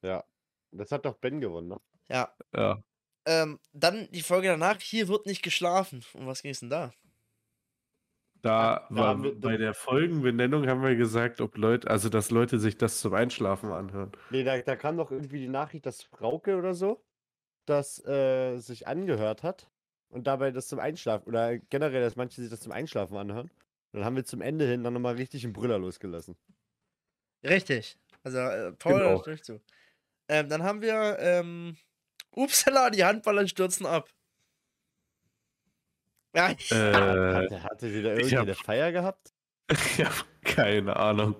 [SPEAKER 2] Das hat doch Ben gewonnen, ne?
[SPEAKER 3] Ja.
[SPEAKER 1] Ja.
[SPEAKER 3] Ähm, dann die Folge danach, hier wird nicht geschlafen. Um was ging es denn da?
[SPEAKER 1] Da,
[SPEAKER 2] Da
[SPEAKER 1] war,
[SPEAKER 2] haben wir-
[SPEAKER 1] bei der Folgenbenennung haben wir gesagt, ob Leute, also dass Leute sich das zum Einschlafen anhören.
[SPEAKER 2] Nee, da, da kam doch irgendwie die Nachricht, dass Frauke oder so das äh, sich angehört hat und dabei das zum Einschlafen oder generell, dass manche sich das zum Einschlafen anhören. Und dann haben wir zum Ende hin dann nochmal richtig einen Brüller losgelassen.
[SPEAKER 3] Richtig. Also, äh, Paul,
[SPEAKER 1] Genau.
[SPEAKER 3] da stimme ich zu. Ähm, dann haben wir, ähm, Upsala, die Handballer stürzen ab. Ja,
[SPEAKER 1] Äh,
[SPEAKER 2] hatte, hatte wieder
[SPEAKER 1] ich
[SPEAKER 2] irgendwie
[SPEAKER 1] hab-
[SPEAKER 2] eine Feier gehabt?
[SPEAKER 1] ich habe keine Ahnung.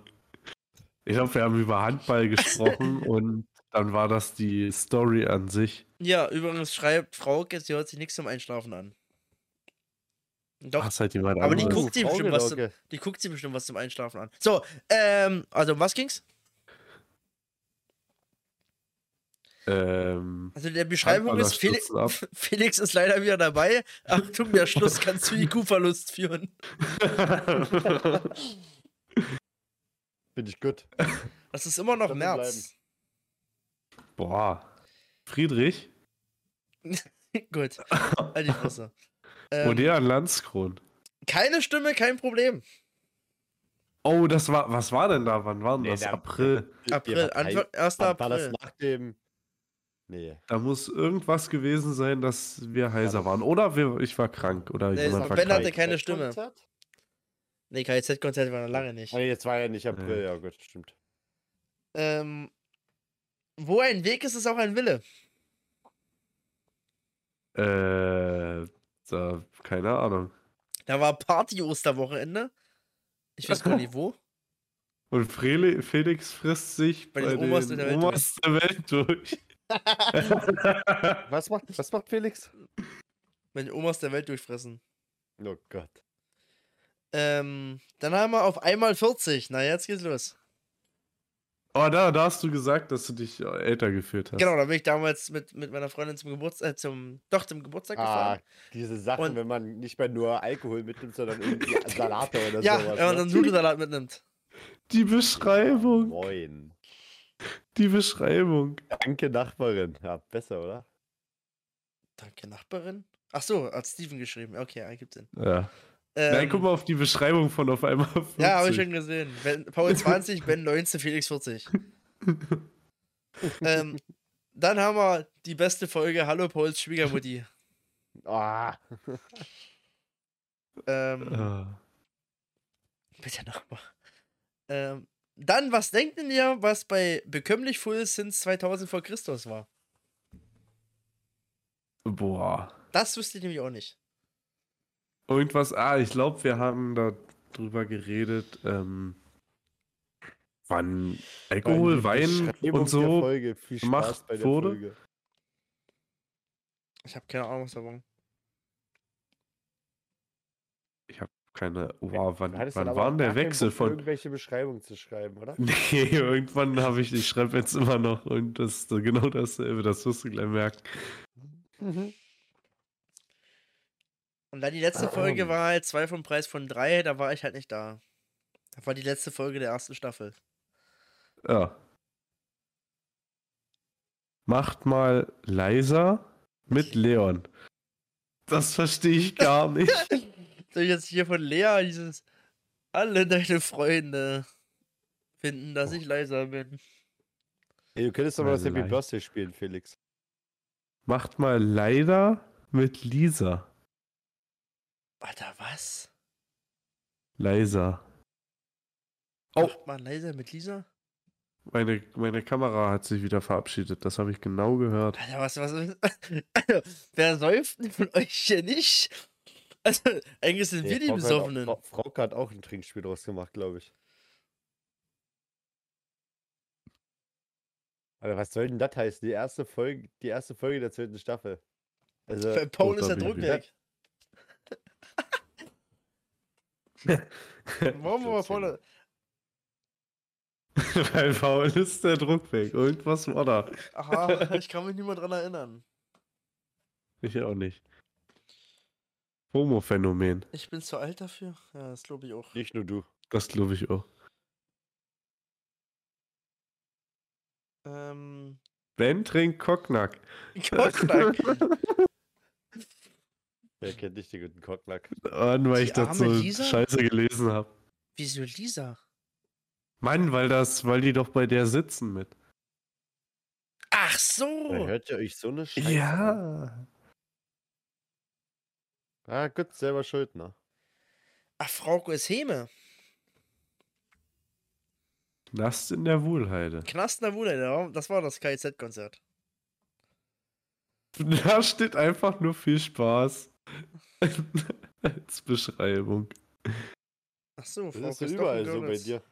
[SPEAKER 1] Ich glaube, wir haben über Handball gesprochen und dann war das die Story an sich.
[SPEAKER 3] ja, übrigens schreibt Frauke, sie hört sich nichts zum Einschlafen an. Doch,
[SPEAKER 1] Ach, seid ihr mal
[SPEAKER 3] Aber die
[SPEAKER 1] halt anderes.
[SPEAKER 3] guckt sich bestimmt was
[SPEAKER 2] Frauke-Lauke.
[SPEAKER 3] die guckt sie bestimmt was zum Einschlafen an. So, ähm, also um was ging's?
[SPEAKER 1] ähm,
[SPEAKER 3] Also der Beschreibung
[SPEAKER 1] Handballer
[SPEAKER 3] ist, Felix,
[SPEAKER 1] stürzen ab.
[SPEAKER 3] Felix ist leider wieder dabei. Achtung, der Schluss kann zu IQ-Verlust führen.
[SPEAKER 2] Finde ich gut.
[SPEAKER 3] Das ist immer noch
[SPEAKER 2] Drin
[SPEAKER 3] März.
[SPEAKER 1] Boah. Friedrich,
[SPEAKER 3] Gut. Halt die Fresse. Ähm,
[SPEAKER 1] Modea Landskron.
[SPEAKER 3] keine Stimme, kein Problem.
[SPEAKER 1] Oh, das war, was war denn da? Wann war denn
[SPEAKER 2] Nee,
[SPEAKER 1] das?
[SPEAKER 2] der-
[SPEAKER 1] April.
[SPEAKER 3] April, Anfang, 1.
[SPEAKER 2] War, war das
[SPEAKER 3] April.
[SPEAKER 2] nach dem. Nee.
[SPEAKER 1] Da muss irgendwas gewesen sein, dass wir heiser waren. Oder wir, ich war krank. Oder
[SPEAKER 3] Nee,
[SPEAKER 1] jemand
[SPEAKER 3] es-
[SPEAKER 1] war
[SPEAKER 3] Ben hatte
[SPEAKER 1] krank.
[SPEAKER 3] keine
[SPEAKER 2] Konzert?
[SPEAKER 3] Stimme. Nee, KIZ-Konzert war noch lange nicht.
[SPEAKER 2] Ah, nee, jetzt war ja nicht April,
[SPEAKER 1] Nee.
[SPEAKER 2] ja gut, stimmt.
[SPEAKER 3] Ähm, wo ein Weg ist, ist auch ein Wille.
[SPEAKER 1] Äh, da, keine Ahnung.
[SPEAKER 3] Da war Party-Osterwochenende. Ich weiß gar nicht wo.
[SPEAKER 1] Und Frele, Felix frisst sich bei,
[SPEAKER 3] Bei den
[SPEAKER 1] den
[SPEAKER 3] Omas der Welt
[SPEAKER 1] Omas der Welt durch.
[SPEAKER 2] Was macht, was macht Felix?
[SPEAKER 3] Meine Omas der Welt durchfressen.
[SPEAKER 2] Oh Gott.
[SPEAKER 3] Ähm, dann haben wir auf einmal 40. Na, jetzt geht's los.
[SPEAKER 1] Aber Oh, da, da hast du gesagt, dass du dich äh, älter geführt hast.
[SPEAKER 3] Genau, da bin ich damals mit, mit meiner Freundin zum Geburtstag, äh, zum, doch zum Geburtstag
[SPEAKER 2] Ah,
[SPEAKER 3] gefahren.
[SPEAKER 2] diese Sachen,
[SPEAKER 3] Und-
[SPEAKER 2] wenn man nicht mehr nur Alkohol mitnimmt, sondern irgendwie Salate oder
[SPEAKER 3] Ja,
[SPEAKER 2] sowas.
[SPEAKER 3] wenn man dann
[SPEAKER 2] ne?
[SPEAKER 3] Nudelsalat mitnimmt.
[SPEAKER 1] Die Beschreibung.
[SPEAKER 2] Moin.
[SPEAKER 1] Die Beschreibung.
[SPEAKER 2] Danke, Nachbarin. Ja, besser, oder?
[SPEAKER 3] Danke, Nachbarin. Ach so, hat Steven geschrieben. Okay, ergibt Sinn.
[SPEAKER 1] Ja.
[SPEAKER 3] Ähm,
[SPEAKER 1] Nein, guck mal auf die Beschreibung von auf einmal. 50.
[SPEAKER 3] Ja, habe ich schon gesehen. Ben, Paul 20, Ben 19, Felix 40. ähm, dann haben wir die beste Folge Hallo Pauls Schwiegermutti.
[SPEAKER 2] Ah,
[SPEAKER 3] Ähm,
[SPEAKER 1] Ah.
[SPEAKER 3] bitte nochmal. Ähm, dann, was denkt denn ihr, was bei Bekömmlich Full Sins 2000 vor Christus war?
[SPEAKER 1] Boah.
[SPEAKER 3] Das wüsste ich nämlich auch nicht.
[SPEAKER 1] Irgendwas, ah, ich glaube, wir haben da drüber geredet, ähm, wann Alkohol, Wein
[SPEAKER 2] Beschreibung
[SPEAKER 1] und
[SPEAKER 2] der
[SPEAKER 1] so.
[SPEAKER 2] Folge. Viel Spaß
[SPEAKER 1] gemacht
[SPEAKER 2] bei der
[SPEAKER 1] wurde.
[SPEAKER 2] Folge.
[SPEAKER 3] Ich habe keine Ahnung, was da war.
[SPEAKER 1] Keine, wow, wann,
[SPEAKER 2] Du hattest
[SPEAKER 1] wann
[SPEAKER 2] dann aber
[SPEAKER 1] war
[SPEAKER 2] auch
[SPEAKER 1] denn der
[SPEAKER 2] gar keinen
[SPEAKER 1] Wechsel
[SPEAKER 2] Bock,
[SPEAKER 1] von?
[SPEAKER 2] Irgendwelche Beschreibungen zu schreiben, oder?
[SPEAKER 1] Nee, irgendwann habe ich, ich schreibe jetzt immer noch und das ist genau dasselbe, das wirst du gleich merken. Mhm.
[SPEAKER 3] Und dann die letzte Folge war halt zwei vom Preis von drei, da war ich halt nicht da. Das war die letzte Folge der ersten Staffel.
[SPEAKER 1] Ja. Macht mal leiser mit Leon. Das verstehe ich gar nicht.
[SPEAKER 3] Soll ich jetzt hier von Lea dieses Alle deine Freunde finden, dass ich leiser bin?
[SPEAKER 2] Ey, du könntest doch mal das Happy
[SPEAKER 1] Vielleicht.
[SPEAKER 2] Birthday spielen, Felix.
[SPEAKER 1] Macht mal leider mit Lisa.
[SPEAKER 3] Alter, was?
[SPEAKER 1] Leiser. Oh.
[SPEAKER 3] Macht man leiser mit Lisa?
[SPEAKER 1] Meine, meine Kamera hat sich wieder verabschiedet, das habe ich genau gehört.
[SPEAKER 3] Alter, was, was? was- Wer säuft denn von euch hier nicht? Also, eigentlich sind wir die Besoffenen.
[SPEAKER 2] Frau, Frau hat auch ein Trinkspiel draus gemacht, glaube ich. Aber was soll denn das heißen? Die erste Folge, die erste Folge der zweiten Staffel. Also,
[SPEAKER 3] Bei Paul ist der
[SPEAKER 1] Roter
[SPEAKER 3] Druck
[SPEAKER 1] Baby.
[SPEAKER 3] weg. ne? Warum war Paul?
[SPEAKER 1] Bei Paul ist der Druck weg. Irgendwas war da.
[SPEAKER 3] Aha, ich kann mich nicht mehr dran erinnern.
[SPEAKER 1] Ich auch nicht. Homo-Phänomen.
[SPEAKER 3] Ich bin zu alt dafür. Ja, das glaube ich auch.
[SPEAKER 2] nicht nur du.
[SPEAKER 1] Das glaube ich auch.
[SPEAKER 3] Ähm.
[SPEAKER 1] Ben trinkt Cocknack.
[SPEAKER 3] Kochnack.
[SPEAKER 2] Wer kennt nicht den guten Cocknack?
[SPEAKER 1] Mann, weil
[SPEAKER 3] Die
[SPEAKER 1] ich das so
[SPEAKER 3] arme Lisa?
[SPEAKER 1] scheiße gelesen habe.
[SPEAKER 3] Wieso Lisa?
[SPEAKER 1] Mann, weil das, weil die doch bei der sitzen mit.
[SPEAKER 3] Ach so!
[SPEAKER 2] Hört ihr euch so eine Scheiße an? Ah, gut, selber schuld, ne?
[SPEAKER 3] Ach, Frauke ist Heme.
[SPEAKER 1] Nast in der Wohlheide.
[SPEAKER 3] Knastner Wude, ja, das war das KIZ-Konzert.
[SPEAKER 1] Da steht einfach nur viel Spaß. Als Beschreibung.
[SPEAKER 3] Ach so,
[SPEAKER 2] Das
[SPEAKER 3] Frauke ist doch
[SPEAKER 2] ist ja
[SPEAKER 3] in
[SPEAKER 2] überall so bei
[SPEAKER 3] Görlitz.
[SPEAKER 2] dir.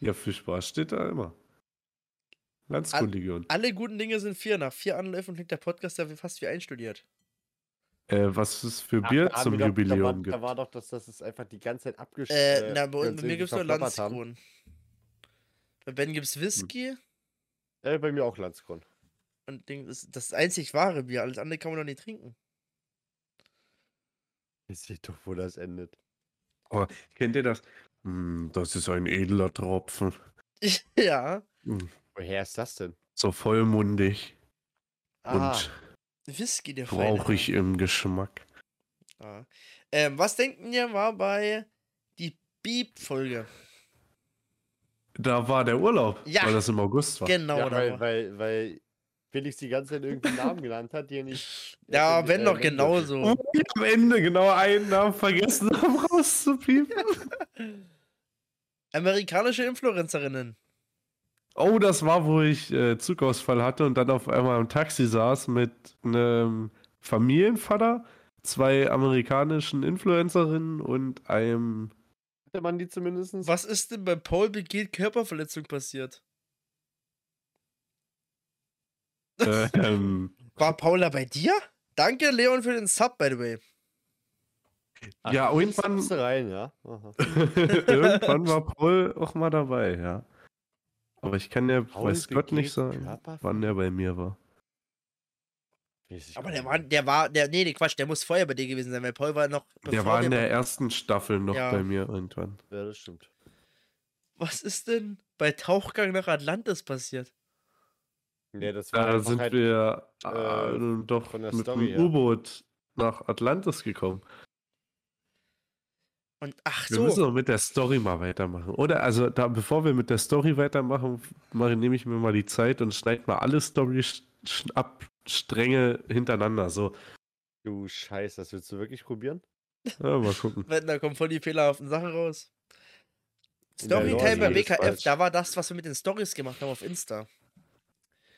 [SPEAKER 1] Ja, viel Spaß steht da immer. Landskundigion.
[SPEAKER 3] Alle guten Dinge sind vier. Nach vier Anläufen klingt der Podcast ja wie- fast wie einstudiert.
[SPEAKER 1] Äh, was es für Bier
[SPEAKER 2] da haben
[SPEAKER 1] zum
[SPEAKER 2] wir doch- da war,
[SPEAKER 1] Jubiläum
[SPEAKER 2] Da
[SPEAKER 1] gibt.
[SPEAKER 2] war doch, dass das ist einfach die ganze Zeit abgeschlossen.
[SPEAKER 3] Äh, na, bei, uns- bei mir gibt's nur Landskron. Bei Ben gibt's Whisky
[SPEAKER 2] Hm. Äh, bei mir auch Landskron.
[SPEAKER 3] und Ding, das, das ist das einzig wahre Bier. Alles andere kann man doch nicht trinken.
[SPEAKER 2] Ich sehe doch, wo das endet.
[SPEAKER 1] Kennt ihr das? Hm, das ist ein edler Tropfen. Hm,
[SPEAKER 3] ja.
[SPEAKER 2] Woher ist das denn?
[SPEAKER 1] So vollmundig
[SPEAKER 2] Ah.
[SPEAKER 1] und
[SPEAKER 3] Whisky, der feine
[SPEAKER 1] brauche ich im Geschmack.
[SPEAKER 3] Herr. Ja. Ähm, was denken ihr war bei die Beep-Folge?
[SPEAKER 1] Da war der Urlaub,
[SPEAKER 3] Ja.
[SPEAKER 1] weil das im August war.
[SPEAKER 3] Genau,
[SPEAKER 2] ja,
[SPEAKER 3] da war-
[SPEAKER 2] weil, weil, weil Felix die ganze Zeit irgendwie einen Namen genannt hat, die er nicht.
[SPEAKER 3] Ja,
[SPEAKER 2] äh,
[SPEAKER 3] wenn doch
[SPEAKER 2] äh,
[SPEAKER 1] Oh,
[SPEAKER 3] genauso.
[SPEAKER 1] ich am Ende genau einen Namen vergessen, um rauszupiepen.
[SPEAKER 3] Amerikanische Influencerinnen.
[SPEAKER 1] Oh, das war, wo ich äh, Zugausfall hatte und dann auf einmal im Taxi saß mit einem Familienvater, zwei amerikanischen Influencerinnen und einem.
[SPEAKER 2] Hatte man die zumindest?
[SPEAKER 3] Was ist denn bei Paul Begeht Körperverletzung passiert?
[SPEAKER 1] Äh, ähm,
[SPEAKER 3] War Paula bei dir? Danke, Leon, für den Sub, by the way.
[SPEAKER 2] Ach,
[SPEAKER 1] ja, irgendwann,
[SPEAKER 2] Kommst du rein, ja? Aha.
[SPEAKER 1] irgendwann war Paul auch mal dabei, ja. Aber ich kann ja,
[SPEAKER 2] Paul
[SPEAKER 1] weiß Gott nicht
[SPEAKER 2] begeht
[SPEAKER 1] sagen,
[SPEAKER 2] Körperverletzung?
[SPEAKER 1] wann der bei mir war.
[SPEAKER 2] Weiß ich
[SPEAKER 3] Aber der
[SPEAKER 2] gar nicht.
[SPEAKER 3] war, der war, der, nee, nee, Quatsch, der muss vorher bei dir gewesen sein, weil Paul war noch.
[SPEAKER 1] der
[SPEAKER 3] bevor
[SPEAKER 1] war in der ersten Staffel noch
[SPEAKER 3] Ja.
[SPEAKER 1] bei mir irgendwann.
[SPEAKER 2] Ja, das stimmt.
[SPEAKER 3] Was ist denn bei Tauchgang nach Atlantis passiert?
[SPEAKER 2] Nee, das war
[SPEAKER 1] Da
[SPEAKER 2] einfach
[SPEAKER 1] sind
[SPEAKER 2] halt,
[SPEAKER 1] wir
[SPEAKER 2] äh,
[SPEAKER 1] äh, doch
[SPEAKER 2] von der
[SPEAKER 1] mit
[SPEAKER 2] Story her.
[SPEAKER 1] dem U-Boot nach Atlantis gekommen.
[SPEAKER 3] Und ach
[SPEAKER 1] Wir müssen
[SPEAKER 3] so,
[SPEAKER 1] doch mit der Story mal weitermachen. Oder? Also, da, bevor wir mit der Story weitermachen, mache, nehme ich mir mal die Zeit und schneide mal alle Story-Abstränge hintereinander. So,
[SPEAKER 2] Du Scheiße, das willst du wirklich probieren?
[SPEAKER 1] ja, mal gucken.
[SPEAKER 3] wenn, da kommen voll die fehlerhaften Sachen raus.
[SPEAKER 2] In der
[SPEAKER 1] Lore
[SPEAKER 3] Storytime
[SPEAKER 1] ist
[SPEAKER 3] bei
[SPEAKER 1] alles
[SPEAKER 3] BKF,
[SPEAKER 2] falsch.
[SPEAKER 3] da war das, was wir mit den Stories gemacht haben auf Insta.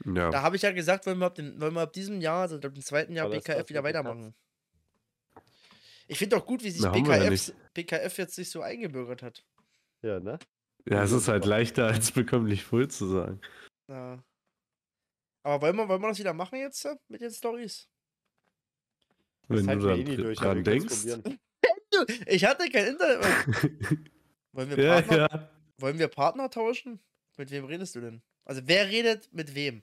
[SPEAKER 3] Da
[SPEAKER 1] Ja,
[SPEAKER 3] habe ich ja gesagt, wollen wir ab, den, wollen wir ab diesem Jahr, also ab dem zweiten Jahr
[SPEAKER 2] Aber das
[SPEAKER 3] BKF
[SPEAKER 2] war's
[SPEAKER 3] wieder
[SPEAKER 2] mit dem
[SPEAKER 3] weitermachen. Ich finde auch gut, wie sich
[SPEAKER 1] Na, haben wir ja
[SPEAKER 3] BKF,
[SPEAKER 1] nicht.
[SPEAKER 3] BKF jetzt sich so eingebürgert hat.
[SPEAKER 2] Ja, ne?
[SPEAKER 1] ja, es ist halt leichter, als bekömmlich voll zu sagen.
[SPEAKER 3] Ja. Aber wollen wir, wollen wir das wieder machen jetzt äh, mit den Stories?
[SPEAKER 1] Wenn
[SPEAKER 2] halten
[SPEAKER 1] du
[SPEAKER 2] wir
[SPEAKER 1] dann
[SPEAKER 2] eh nie
[SPEAKER 1] dr-
[SPEAKER 2] aber
[SPEAKER 1] dran
[SPEAKER 2] wir können's
[SPEAKER 1] denkst.
[SPEAKER 2] probieren.
[SPEAKER 3] Du, Ich hatte kein Internet. mehr. Wollen wir,
[SPEAKER 1] Ja,
[SPEAKER 3] Partner,
[SPEAKER 1] ja.
[SPEAKER 3] wollen wir Partner tauschen? Mit wem redest du denn? Also wer redet mit wem?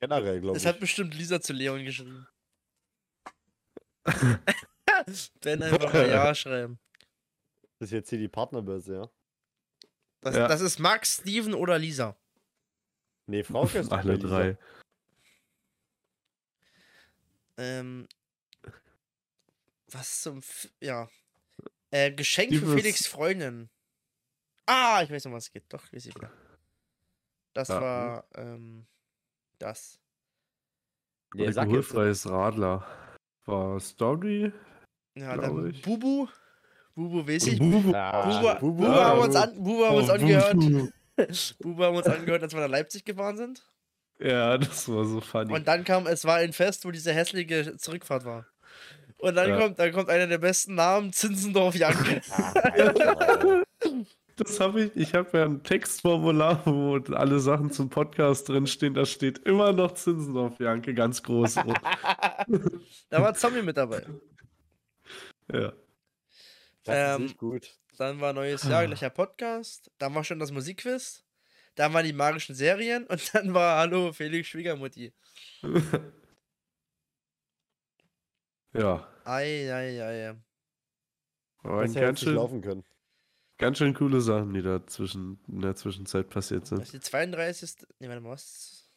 [SPEAKER 2] Generell, glaube
[SPEAKER 3] Das
[SPEAKER 2] ich.
[SPEAKER 3] hat bestimmt Lisa zu Leon geschrieben. Wenn einfach mal Ja schreiben.
[SPEAKER 2] Das ist jetzt hier die Partnerbörse, ja?
[SPEAKER 3] Das,
[SPEAKER 1] Ja.
[SPEAKER 3] das ist Max, Steven oder Lisa.
[SPEAKER 2] Nee, Frauke ist doch
[SPEAKER 1] Alle
[SPEAKER 2] bei dieser.
[SPEAKER 1] drei.
[SPEAKER 3] Ähm, was zum F Ja. Äh, Geschenk
[SPEAKER 1] Steven
[SPEAKER 3] für
[SPEAKER 1] ist-
[SPEAKER 3] Felix Freundin. Ah, ich weiß noch, was es geht. Doch, weiß ich wieder. Das
[SPEAKER 1] Ja, hm.
[SPEAKER 3] war ähm, das.
[SPEAKER 2] Nee, sag jetzt.
[SPEAKER 1] Alkoholfreies Radler. War Story?
[SPEAKER 3] Ja,
[SPEAKER 1] Glaub
[SPEAKER 3] dann
[SPEAKER 1] ich.
[SPEAKER 3] Bubu. Bubu weiß ich. Bubu,
[SPEAKER 1] Bubu.
[SPEAKER 2] Ah,
[SPEAKER 3] Bubu
[SPEAKER 1] Ah,
[SPEAKER 3] haben wir uns,
[SPEAKER 1] Bubu.
[SPEAKER 3] an, Bubu haben wir uns
[SPEAKER 1] Oh,
[SPEAKER 3] angehört.
[SPEAKER 1] Bubu.
[SPEAKER 3] Bubu haben wir uns angehört, als wir nach Leipzig gefahren sind.
[SPEAKER 1] Ja, das war so funny.
[SPEAKER 3] Und dann kam, es war ein Fest, wo diese hässliche Zurückfahrt war. Und dann
[SPEAKER 1] Ja.
[SPEAKER 3] kommt, dann kommt einer der besten Namen, Zinsendorf Janke.
[SPEAKER 2] Ah, Alter.
[SPEAKER 1] Das habe ich, ich habe ja ein Textformular, wo alle Sachen zum Podcast drinstehen. Da steht immer noch Zinsen auf Janke, ganz groß. Oh,
[SPEAKER 3] da war Zombie mit dabei.
[SPEAKER 1] ja.
[SPEAKER 2] Das
[SPEAKER 3] Ähm,
[SPEAKER 2] ist nicht gut.
[SPEAKER 3] Dann war neues Jahr, gleicher Podcast. Dann war schon das Musikquiz. Dann waren die magischen Serien. Und dann war Hallo, Felix Schwiegermutti.
[SPEAKER 1] ja.
[SPEAKER 3] Ei, ei, ei.
[SPEAKER 1] Aber
[SPEAKER 2] Das
[SPEAKER 1] ganz,
[SPEAKER 2] hätte jetzt nicht
[SPEAKER 1] schön,
[SPEAKER 2] laufen können.
[SPEAKER 1] ganz schön coole Sachen, die da zwischen, in der Zwischenzeit passiert
[SPEAKER 3] Das
[SPEAKER 1] sind.
[SPEAKER 3] ist die 32. Ne, warte mal, was?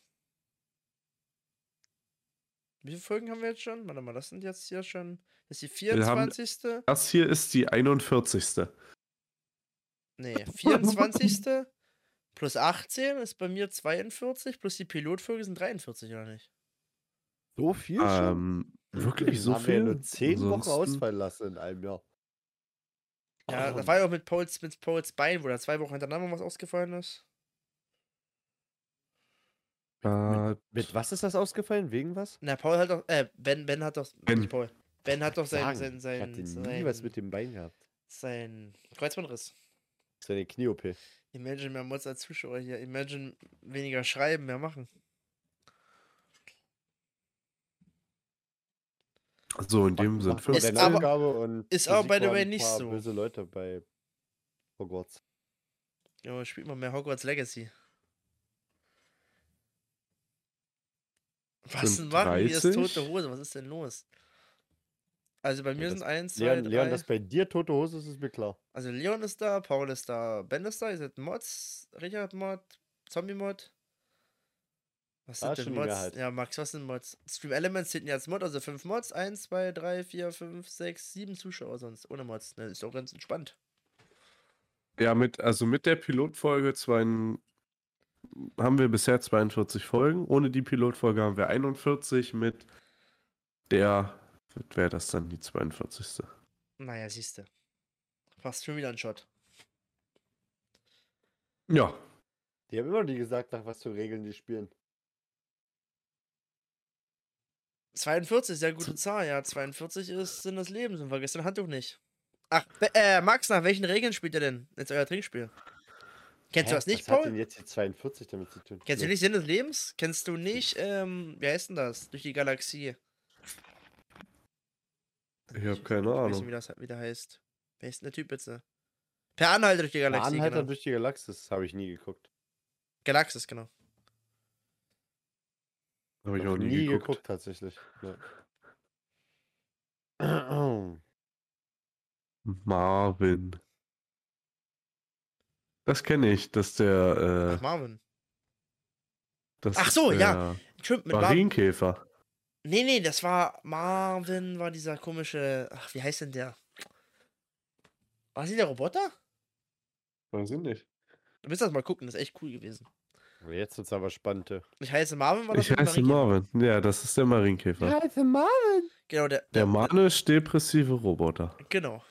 [SPEAKER 3] Wie viele Folgen haben wir jetzt schon? Warte mal, das sind jetzt hier schon. Das ist die
[SPEAKER 1] Wir haben-
[SPEAKER 3] 24.
[SPEAKER 1] Das hier ist die 41.
[SPEAKER 3] Nee, 24. plus 18 ist bei mir 42, plus die Pilotfolge sind 43, oder nicht?
[SPEAKER 2] So viel
[SPEAKER 1] Ähm, wirklich so
[SPEAKER 2] haben
[SPEAKER 1] viel?
[SPEAKER 2] Wir ja nur 10 Wochen
[SPEAKER 1] Ansonsten-
[SPEAKER 2] ausfallen lassen in einem Jahr.
[SPEAKER 3] Ja, das war ja auch mit Pauls, mit Pauls Bein, wo da zwei Wochen hintereinander was ausgefallen ist.
[SPEAKER 1] Äh,
[SPEAKER 2] Mit was ist das ausgefallen? Wegen was?
[SPEAKER 3] Na, Paul hat doch, äh, Ben, ben hat doch,
[SPEAKER 1] Ben.
[SPEAKER 3] nicht Paul. Ben hat doch sein,
[SPEAKER 2] Sagen,
[SPEAKER 3] sein,
[SPEAKER 2] ich
[SPEAKER 3] sein,
[SPEAKER 2] hatte nie
[SPEAKER 3] sein,
[SPEAKER 2] was mit dem Bein gehabt.
[SPEAKER 3] sein Kreuzbandriss.
[SPEAKER 2] Das war eine Knie-OP.
[SPEAKER 3] Imagine mehr Mods als Zuschauer hier. Imagine weniger schreiben, mehr machen.
[SPEAKER 1] so, in dem Sinn.
[SPEAKER 2] Macht nur
[SPEAKER 3] Ist
[SPEAKER 2] deine
[SPEAKER 3] aber-
[SPEAKER 2] Aufgabe und
[SPEAKER 3] ist
[SPEAKER 2] Musik
[SPEAKER 3] aber by the
[SPEAKER 2] waren
[SPEAKER 3] way
[SPEAKER 2] ein
[SPEAKER 3] nicht
[SPEAKER 2] paar
[SPEAKER 3] so.
[SPEAKER 2] böse Leute bei Oh Hogwarts.
[SPEAKER 3] Ja, spielt mal mehr Hogwarts Legacy. Was
[SPEAKER 1] Sind
[SPEAKER 3] denn machen wir? Hier ist
[SPEAKER 1] 30?
[SPEAKER 3] tote Hose. Was ist denn los? Also bei mir
[SPEAKER 2] das-
[SPEAKER 3] sind eins, zwei,
[SPEAKER 2] Leon,
[SPEAKER 3] drei.
[SPEAKER 2] Leon, dass bei dir tote Hose ist, ist mir klar.
[SPEAKER 3] Also Leon ist da, Paul ist da, Ben ist da, ihr seid Mods, Richard Mod, Zombie Mod. Was
[SPEAKER 2] Ah,
[SPEAKER 3] sind denn
[SPEAKER 2] schon wieder
[SPEAKER 3] Mods?
[SPEAKER 2] halt.
[SPEAKER 3] Ja, Max, was sind Mods? Stream Elements zählt ja als Mod, also 5 Mods, 1, 2, 3, 4, 5, 6, 7 Zuschauer sonst, ohne Mods. Ne, ist doch ganz entspannt.
[SPEAKER 1] Ja, mit, also mit der Pilotfolge zwei, haben wir bisher 42 Folgen. Ohne die Pilotfolge haben wir 41. Mit der wäre das dann die 42.
[SPEAKER 3] Naja, siehste. Fast schon wieder ein Shot.
[SPEAKER 1] Ja,
[SPEAKER 2] Die haben immer noch nie gesagt, nach was für Regeln die spielen.
[SPEAKER 3] 42, sehr gute Zahl, ja. 42 ist Sinn des Lebens und vergesst dein Handtuch nicht. Ach, Be- äh, Max, nach welchen Regeln spielt ihr denn? Jetzt euer Trinkspiel. Kennst
[SPEAKER 2] Hä?
[SPEAKER 3] du das nicht,
[SPEAKER 2] was
[SPEAKER 3] Paul?
[SPEAKER 2] hat denn jetzt die 42 damit zu tun?
[SPEAKER 3] Kennst du
[SPEAKER 2] Nee.
[SPEAKER 3] nicht Sinn des Lebens? Kennst du nicht, ähm, wie heißt denn das? Durch die Galaxie.
[SPEAKER 1] ich habe
[SPEAKER 3] Ich
[SPEAKER 1] keine Ahnung.
[SPEAKER 3] weiß nicht, halt, wie, das, wie der heißt. Wer ist denn der Typ jetzt? ne? Per Anhalter durch die
[SPEAKER 2] Der
[SPEAKER 3] Galaxie.
[SPEAKER 2] Anhalter
[SPEAKER 3] Genau.
[SPEAKER 2] durch die Galaxis habe ich nie geguckt.
[SPEAKER 3] Galaxis, genau.
[SPEAKER 1] Habe ich
[SPEAKER 2] Noch
[SPEAKER 1] auch nie, geguckt.
[SPEAKER 2] tatsächlich. Ja.
[SPEAKER 1] Marvin. Das kenne ich, dass der.
[SPEAKER 3] Ach,
[SPEAKER 1] Äh,
[SPEAKER 3] Marvin.
[SPEAKER 1] das
[SPEAKER 3] Ach so,
[SPEAKER 1] ist
[SPEAKER 3] ja.
[SPEAKER 1] der
[SPEAKER 3] Stimmt, mit Marvin.
[SPEAKER 1] Marienkäfer.
[SPEAKER 3] Nee, nee, das war Marvin, war dieser komische. Ach, wie heißt denn der? War sie der Roboter?
[SPEAKER 1] Weiß ich nicht.
[SPEAKER 3] Du müsst das mal gucken, das ist echt cool gewesen.
[SPEAKER 2] Jetzt wird's aber spannend. ey.
[SPEAKER 3] Ich heiße Marvin, war das
[SPEAKER 1] Ich
[SPEAKER 3] mit
[SPEAKER 1] heiße
[SPEAKER 3] Marieke?
[SPEAKER 1] Marvin. Ja, das ist der Marienkäfer.
[SPEAKER 3] Genau, der.
[SPEAKER 1] Der manisch-depressive Roboter.
[SPEAKER 3] Genau.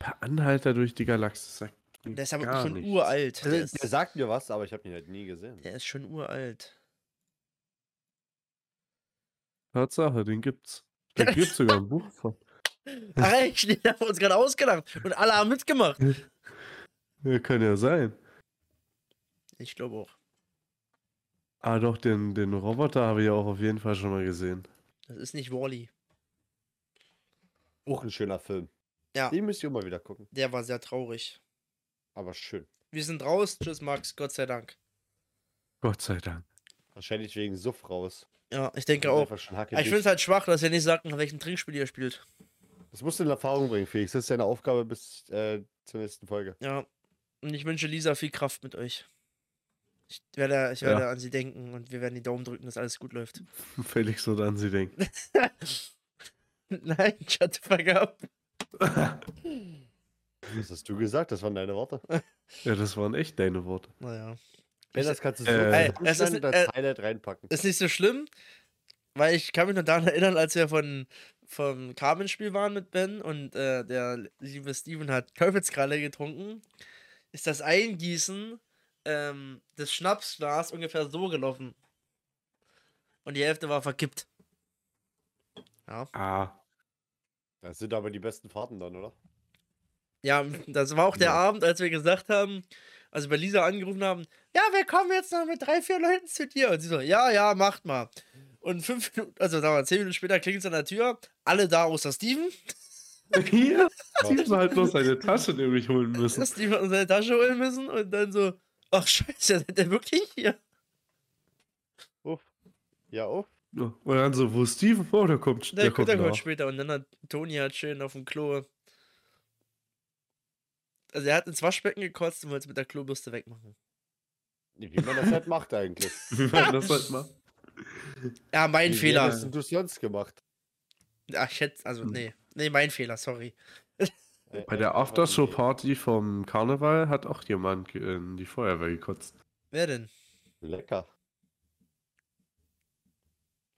[SPEAKER 1] Per Anhalter durch die Galaxis. sagt mir
[SPEAKER 3] Der ist ja wirklich
[SPEAKER 1] gar
[SPEAKER 3] schon
[SPEAKER 1] nichts.
[SPEAKER 3] uralt. Der
[SPEAKER 2] Der, der
[SPEAKER 3] ist,
[SPEAKER 2] sagt mir was, aber ich habe ihn halt nie gesehen.
[SPEAKER 3] der ist schon uralt.
[SPEAKER 1] Tatsache, den gibt's. Da gibt's sogar ein Buch von. Äh.
[SPEAKER 3] Ach Ah, echt, den haben wir uns gerade ausgedacht. Und alle haben mitgemacht.
[SPEAKER 1] Ja, kann ja sein.
[SPEAKER 3] Ich glaube auch.
[SPEAKER 1] Ah, doch, den, den Roboter habe ich auch auf jeden Fall schon mal gesehen.
[SPEAKER 3] Das ist nicht Wally.
[SPEAKER 2] Auch ein schöner Film.
[SPEAKER 3] Ja.
[SPEAKER 2] Den müsst ihr auch mal wieder gucken.
[SPEAKER 3] Der war sehr traurig.
[SPEAKER 2] Aber schön.
[SPEAKER 3] Wir sind raus. Tschüss, Max. Gott sei Dank.
[SPEAKER 1] Gott sei Dank.
[SPEAKER 2] Wahrscheinlich wegen Suff raus.
[SPEAKER 3] Ja, ich denke
[SPEAKER 2] Das ist
[SPEAKER 3] auch.
[SPEAKER 2] einfach schon
[SPEAKER 3] Aber ich halt finde
[SPEAKER 2] hackedicht.
[SPEAKER 3] es halt schwach, dass ihr nicht sagt, nach welchem Trinkspiel ihr spielt.
[SPEAKER 2] Das musst du in Erfahrung bringen, Felix. Das ist deine Aufgabe bis äh, zur nächsten Folge.
[SPEAKER 3] Ja. Und ich wünsche Lisa viel Kraft mit euch. Ich werde, ich
[SPEAKER 1] Ja.
[SPEAKER 3] werde an sie denken und wir werden die Daumen drücken, dass alles gut läuft.
[SPEAKER 1] Felix wird an sie denken.
[SPEAKER 3] Nein, ich hatte vergabt.
[SPEAKER 2] Das hast du gesagt, das waren deine Worte.
[SPEAKER 1] Ja, das waren echt deine Worte.
[SPEAKER 3] Naja.
[SPEAKER 2] Wenn das kannst du so
[SPEAKER 1] Äh,
[SPEAKER 2] äh,
[SPEAKER 3] es ist-
[SPEAKER 2] das
[SPEAKER 3] äh,
[SPEAKER 2] Highlight reinpacken.
[SPEAKER 3] Ist nicht so schlimm, weil ich kann mich noch daran erinnern, als wir von vom Carmen-Spiel waren mit Ben und äh, der liebe Steven hat Teufelskralle getrunken, ist das Eingießen ähm, des Schnapsglas ungefähr so gelaufen. Und die Hälfte war verkippt. Ja.
[SPEAKER 1] Ah,
[SPEAKER 2] Das sind aber die besten Fahrten dann, oder?
[SPEAKER 3] Ja, das war auch der
[SPEAKER 1] Ja.
[SPEAKER 3] Abend, als wir gesagt haben, also bei Lisa angerufen haben, ja, wir kommen jetzt noch mit drei, vier Leuten zu dir. Und sie so, ja, ja, macht mal. Und fünf Minuten, also sagen wir mal, zehn Minuten später klingelt es an der Tür, alle da außer Steven.
[SPEAKER 1] Hier? Sie hätten halt bloß seine Tasche nämlich holen müssen.
[SPEAKER 3] Steven hat uns seine Tasche holen müssen und dann so, ach scheiße, seid ihr wirklich hier?
[SPEAKER 2] Ja, auch.
[SPEAKER 1] Ja. Und dann so, wo ist Steven? Oh, der kommt,
[SPEAKER 3] Der,
[SPEAKER 1] der
[SPEAKER 3] kommt,
[SPEAKER 1] kommt
[SPEAKER 3] der kommt
[SPEAKER 1] nach.
[SPEAKER 3] später und dann hat Toni halt schön auf dem Klo. Also er hat ins Waschbecken gekotzt und wollte es mit der Klobürste wegmachen.
[SPEAKER 2] Wie man das halt macht eigentlich.
[SPEAKER 1] Wie man das halt macht.
[SPEAKER 3] Ja, mein
[SPEAKER 2] Wie
[SPEAKER 3] Fehler.
[SPEAKER 2] hast denn du es sonst gemacht?
[SPEAKER 3] Ach, ich hätte, also
[SPEAKER 1] Hm.
[SPEAKER 3] nee. Nee, mein Fehler, sorry.
[SPEAKER 2] Äh,
[SPEAKER 1] Bei
[SPEAKER 2] äh,
[SPEAKER 1] der
[SPEAKER 2] warte, nee.
[SPEAKER 1] Aftershow-Party vom Karneval hat auch jemand ge- in die Feuerwehr gekotzt.
[SPEAKER 3] Wer denn?
[SPEAKER 2] Lecker.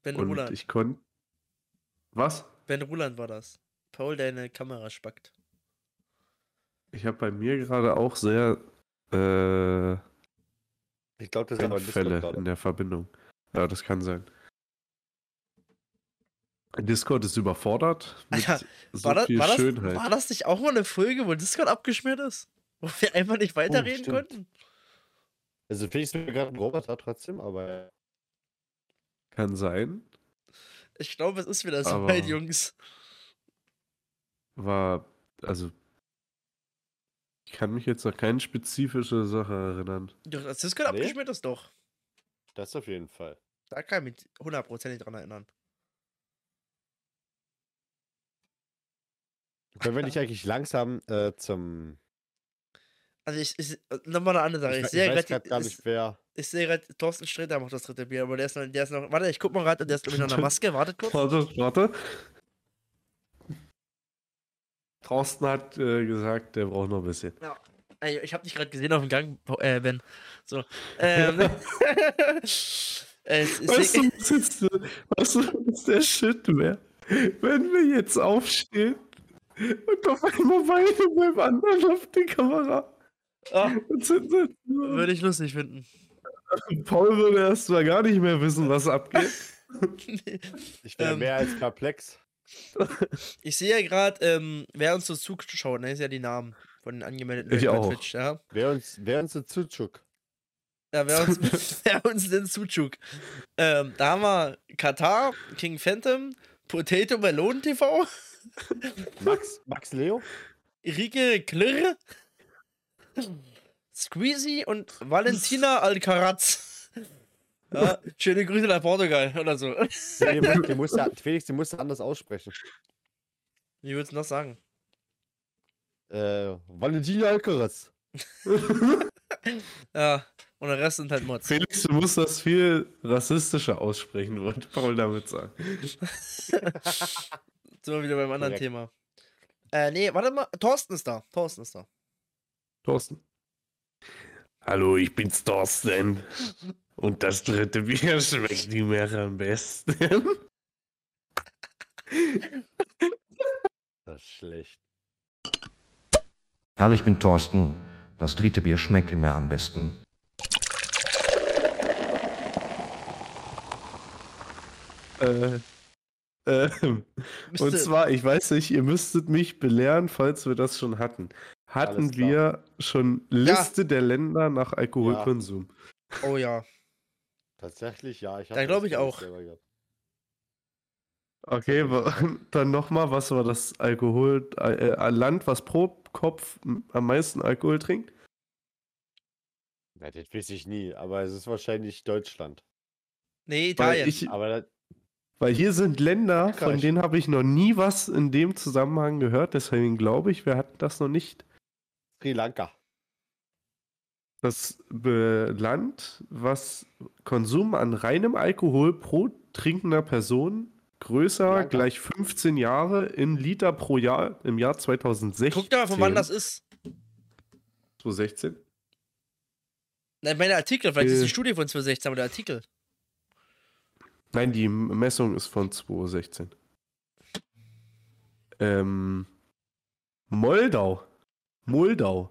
[SPEAKER 3] Ben
[SPEAKER 1] Und
[SPEAKER 3] Ruland.
[SPEAKER 1] ich konnte. Was?
[SPEAKER 3] Ben Ruland war das. Paul, deine Kamera spackt.
[SPEAKER 1] Ich habe bei mir gerade auch sehr äh,
[SPEAKER 2] Ich glaube, das ist aber ein Discord
[SPEAKER 1] Fälle
[SPEAKER 2] gerade.
[SPEAKER 1] in der Verbindung. Ja, das kann sein. Discord ist überfordert mit
[SPEAKER 3] Alter,
[SPEAKER 1] so
[SPEAKER 3] War, das,
[SPEAKER 1] viel
[SPEAKER 3] war, das,
[SPEAKER 1] Schönheit.
[SPEAKER 3] war das nicht auch mal eine Folge, wo Discord abgeschmiert ist? Wo wir einfach
[SPEAKER 1] Oh,
[SPEAKER 3] nicht weiterreden
[SPEAKER 2] stimmt.
[SPEAKER 3] konnten?
[SPEAKER 2] Also Felix ist mir gerade ein Roboter trotzdem, aber
[SPEAKER 1] Kann sein.
[SPEAKER 3] Ich glaube, es ist wieder so
[SPEAKER 1] Aber-
[SPEAKER 3] weit, Jungs.
[SPEAKER 1] war, also, ich kann mich jetzt an keine spezifische Sache erinnern.
[SPEAKER 3] Doch, als Discord
[SPEAKER 2] Nee?
[SPEAKER 3] abgeschmiert ist doch.
[SPEAKER 2] das auf jeden Fall.
[SPEAKER 3] Da kann ich mich hundertprozentig dran erinnern.
[SPEAKER 2] Können wir nicht eigentlich langsam äh, zum...
[SPEAKER 3] Also ich, ich nochmal eine andere Sache. Ich,
[SPEAKER 2] we-
[SPEAKER 3] sehe
[SPEAKER 2] weiß
[SPEAKER 3] gerade,
[SPEAKER 2] gerade gar
[SPEAKER 3] die-
[SPEAKER 2] nicht,
[SPEAKER 3] ich,
[SPEAKER 2] wer...
[SPEAKER 3] ich sehe gerade, Thorsten Sträter macht das dritte Bier, aber der ist noch, der ist noch, warte, ich guck mal gerade, der ist glaube ich noch in der Maske, wartet kurz.
[SPEAKER 1] Warte, warte. Thorsten hat äh, gesagt, der braucht noch ein bisschen.
[SPEAKER 3] Ey, ich habe dich gerade gesehen auf dem Gang, Pau- äh, Ben. So. Ähm, es, es,
[SPEAKER 1] Weißt du, was jetzt, äh, weißt du, was der Shit wäre? Wenn wir jetzt aufstehen und auf einmal beide beim anderen auf die Kamera
[SPEAKER 3] Ah,
[SPEAKER 1] uns hinsetzen.
[SPEAKER 3] würde ich lustig finden.
[SPEAKER 1] Paul würde erst mal gar nicht mehr wissen, was abgeht.
[SPEAKER 2] Ich wäre
[SPEAKER 3] Ähm.
[SPEAKER 2] mehr als perplex.
[SPEAKER 3] ich sehe ja gerade, ähm, wer uns so zuschaut, ne, ist ja die Namen von den angemeldeten
[SPEAKER 1] Ich
[SPEAKER 3] Leuten bei
[SPEAKER 1] auch.
[SPEAKER 3] Twitch, ja.
[SPEAKER 2] Wer uns, wer uns so zutschuck.
[SPEAKER 3] ja wer, uns, wer uns denn zuschuk? Ähm, da haben wir Katar, King Phantom, Potato Melon TV,
[SPEAKER 2] Max, Max Leo?
[SPEAKER 3] Rike Klirr, Squeezy und Valentina Alcaraz. Ja, schöne Grüße nach Portugal oder so.
[SPEAKER 2] Nee, den musst du, Felix, den musst du anders aussprechen.
[SPEAKER 3] Wie würdest du das sagen?
[SPEAKER 2] Äh, Valentina Alcaraz.
[SPEAKER 3] Ja, und der Rest sind halt Mods.
[SPEAKER 1] Felix, du musst das viel rassistischer aussprechen, wollte Paul damit sagen.
[SPEAKER 3] Sind wir wieder beim anderen
[SPEAKER 2] Korrekt.
[SPEAKER 3] Thema. Äh, nee, warte mal. Thorsten ist da. Thorsten ist da.
[SPEAKER 1] Thorsten. Hallo, ich bin's Thorsten. Und das dritte Bier schmeckt die Meere am besten.
[SPEAKER 2] Das ist schlecht.
[SPEAKER 6] Hallo, ich bin Thorsten. Das dritte Bier schmeckt mir am besten.
[SPEAKER 1] äh, ähm, und
[SPEAKER 3] Müsste-
[SPEAKER 1] zwar, ich weiß nicht, ihr müsstet mich belehren, falls wir das schon hatten.
[SPEAKER 2] Alles
[SPEAKER 1] Hatten
[SPEAKER 2] klar.
[SPEAKER 1] wir schon Liste der Länder nach Alkoholkonsum?
[SPEAKER 3] Oh ja.
[SPEAKER 2] Tatsächlich, ja. Ich hab
[SPEAKER 3] Da
[SPEAKER 2] das
[SPEAKER 3] glaub ich
[SPEAKER 2] Bild
[SPEAKER 3] auch.
[SPEAKER 2] selber gehabt.
[SPEAKER 1] Okay, wa- dann nochmal, was war das Alkohol, äh, äh, Land, was pro Kopf m- am meisten Alkohol trinkt?
[SPEAKER 2] Na, das weiß ich nie, aber es ist wahrscheinlich Deutschland.
[SPEAKER 3] Nee,
[SPEAKER 1] Weil,
[SPEAKER 3] Italien.
[SPEAKER 1] ich,
[SPEAKER 2] Aber das,
[SPEAKER 1] weil hier sind Länder, von
[SPEAKER 2] Frankreich.
[SPEAKER 1] denen habe ich noch nie was in dem Zusammenhang gehört, deswegen glaube ich, wir hatten das noch nicht.
[SPEAKER 2] Sri Lanka.
[SPEAKER 1] Das Be- Land, was Konsum an reinem Alkohol pro trinkender Person größer
[SPEAKER 2] Lanka.
[SPEAKER 1] gleich 15 Jahre in Liter pro Jahr im Jahr 2016.
[SPEAKER 3] Guck doch mal, von wann das ist.
[SPEAKER 1] 2016?
[SPEAKER 3] Nein, meine Artikel. Vielleicht ist
[SPEAKER 1] Äh.
[SPEAKER 3] die Studie von 2016, aber der Artikel.
[SPEAKER 1] Nein, die M- Messung ist von 2016. Ähm, Moldau. Moldau.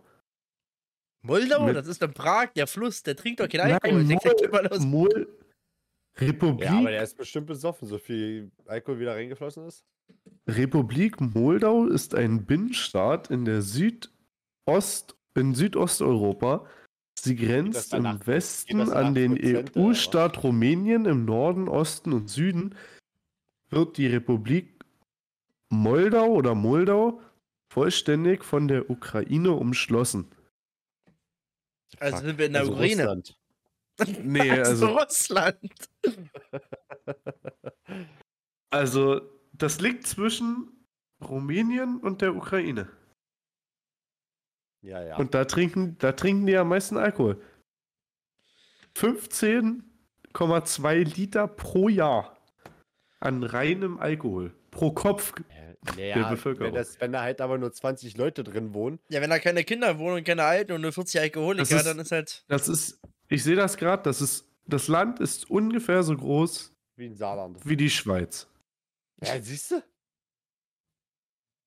[SPEAKER 3] Moldau,
[SPEAKER 1] Mit-
[SPEAKER 3] das ist dann Prag, der Fluss, der trinkt doch keinen
[SPEAKER 1] Nein,
[SPEAKER 3] Alkohol. Der kriegt
[SPEAKER 1] Mol-
[SPEAKER 3] überall aus.
[SPEAKER 1] Mol Republik,
[SPEAKER 2] Ja, aber der ist bestimmt besoffen, so viel Alkohol wieder reingeflossen ist.
[SPEAKER 1] Republik Moldau ist ein Binnenstaat in der Südost, in Südosteuropa. Sie
[SPEAKER 2] das
[SPEAKER 1] grenzt
[SPEAKER 2] dann
[SPEAKER 1] im
[SPEAKER 2] nach-
[SPEAKER 1] Westen
[SPEAKER 2] das dann
[SPEAKER 1] an
[SPEAKER 2] nach
[SPEAKER 1] den
[SPEAKER 2] Prozent, oder was?
[SPEAKER 1] EU-Staat Rumänien, im Norden, Osten und Süden wird die Republik Moldau oder Moldau vollständig von der Ukraine umschlossen.
[SPEAKER 3] Also sind wir in der
[SPEAKER 2] Also
[SPEAKER 3] Ukraine.
[SPEAKER 2] Russland.
[SPEAKER 1] Nee, also,
[SPEAKER 3] Also Russland.
[SPEAKER 1] also das liegt zwischen Rumänien und der Ukraine.
[SPEAKER 2] Ja, ja.
[SPEAKER 1] Und da trinken, da trinken die am meisten Alkohol. 15,2 Liter pro Jahr an reinem Alkohol. Pro Kopf.
[SPEAKER 2] Ja, naja,
[SPEAKER 1] Bevölkerung.
[SPEAKER 2] wenn, das, wenn da halt aber nur 20 Leute drin wohnen,
[SPEAKER 3] Ja, wenn da keine Kinder wohnen und keine Alten und nur 40 Alkoholiker,
[SPEAKER 1] Das ist-
[SPEAKER 3] dann ist halt.
[SPEAKER 1] Das ist, ich sehe das gerade, das ist, das Land ist ungefähr so groß
[SPEAKER 2] wie in Saarland.
[SPEAKER 1] wie die Schweiz.
[SPEAKER 2] Ja, siehst du?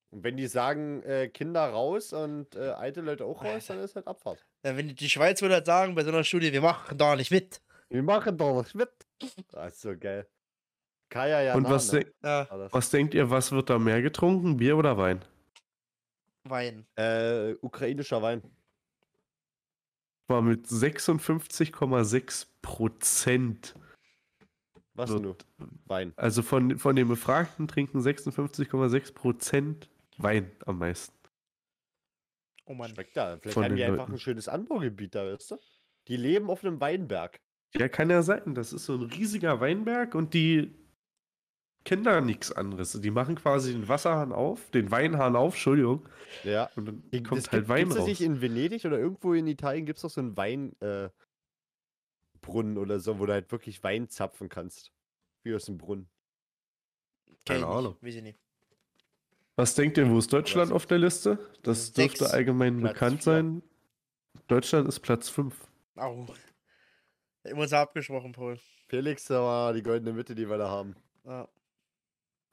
[SPEAKER 2] Und wenn die sagen, äh, Kinder raus und äh, alte Leute auch raus, dann ist halt Abfahrt.
[SPEAKER 3] Ja, wenn die- die Schweiz würde halt sagen, bei so einer Studie, wir machen da nicht mit.
[SPEAKER 2] Wir machen doch noch mit. Das ist so geil. Kaya ja.
[SPEAKER 1] Und was,
[SPEAKER 2] ne?
[SPEAKER 1] denk-
[SPEAKER 3] Ja,
[SPEAKER 2] War das.
[SPEAKER 1] was denkt ihr, was wird da mehr getrunken? Bier oder Wein?
[SPEAKER 3] Wein.
[SPEAKER 2] Äh, ukrainischer Wein.
[SPEAKER 1] War mit 56,6 Prozent.
[SPEAKER 2] Was
[SPEAKER 1] So.
[SPEAKER 2] denn nur? Wein.
[SPEAKER 1] Also von, von den Befragten trinken 56,6 Prozent Wein am meisten.
[SPEAKER 3] Oh Mann.
[SPEAKER 2] Schmeckt da. Vielleicht
[SPEAKER 1] Von
[SPEAKER 2] haben
[SPEAKER 1] den
[SPEAKER 2] die einfach
[SPEAKER 1] Leuten.
[SPEAKER 2] ein schönes Anbaugebiet da, weißt du? Die leben auf einem Weinberg.
[SPEAKER 1] Ja, kann ja sein. Das ist so ein riesiger Weinberg und die kennen da nichts anderes. Die machen quasi den Wasserhahn auf, den Weinhahn auf, Entschuldigung,
[SPEAKER 2] Ja.
[SPEAKER 1] und dann
[SPEAKER 2] Die-
[SPEAKER 1] kommt
[SPEAKER 2] das
[SPEAKER 1] halt
[SPEAKER 2] gibt-
[SPEAKER 1] Wein
[SPEAKER 2] gibt's das
[SPEAKER 1] raus.
[SPEAKER 2] nicht in Venedig oder irgendwo in Italien gibt es doch so einen Weinbrunnen äh, Brunnen oder so, wo du halt wirklich Wein zapfen kannst. Wie aus dem Brunnen.
[SPEAKER 3] Kenn
[SPEAKER 1] keine
[SPEAKER 3] ich nicht,
[SPEAKER 1] Ahnung.
[SPEAKER 3] Weiß ich nicht.
[SPEAKER 1] Was denkt ihr, wo ist Deutschland
[SPEAKER 2] Aber
[SPEAKER 1] auf der Liste? Das
[SPEAKER 3] Sechs.
[SPEAKER 1] dürfte allgemein
[SPEAKER 2] Platz
[SPEAKER 1] bekannt
[SPEAKER 2] vier.
[SPEAKER 1] sein. Deutschland ist Platz 5.
[SPEAKER 3] Au. Immer so abgesprochen, Paul.
[SPEAKER 2] Felix, da war die goldene Mitte, die wir da haben.
[SPEAKER 3] Ja.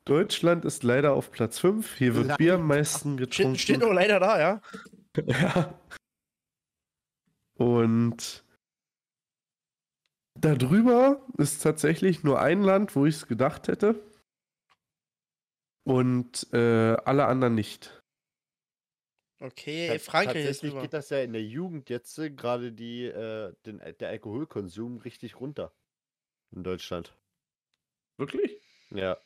[SPEAKER 1] Deutschland ist leider auf Platz 5. Hier wird
[SPEAKER 2] Leider.
[SPEAKER 1] Bier am meisten
[SPEAKER 3] Steht,
[SPEAKER 1] getrunken.
[SPEAKER 3] steht nur leider da, ja.
[SPEAKER 1] Ja. Und darüber ist tatsächlich nur ein Land, wo ich es gedacht hätte. Und äh, alle anderen nicht.
[SPEAKER 3] Okay,
[SPEAKER 2] Tats-
[SPEAKER 3] Frankreich ist
[SPEAKER 2] Tatsächlich
[SPEAKER 3] drüber.
[SPEAKER 2] geht das ja in der Jugend jetzt äh, gerade die, äh, den, Al- der Alkoholkonsum richtig runter. In Deutschland.
[SPEAKER 1] Wirklich?
[SPEAKER 2] Ja.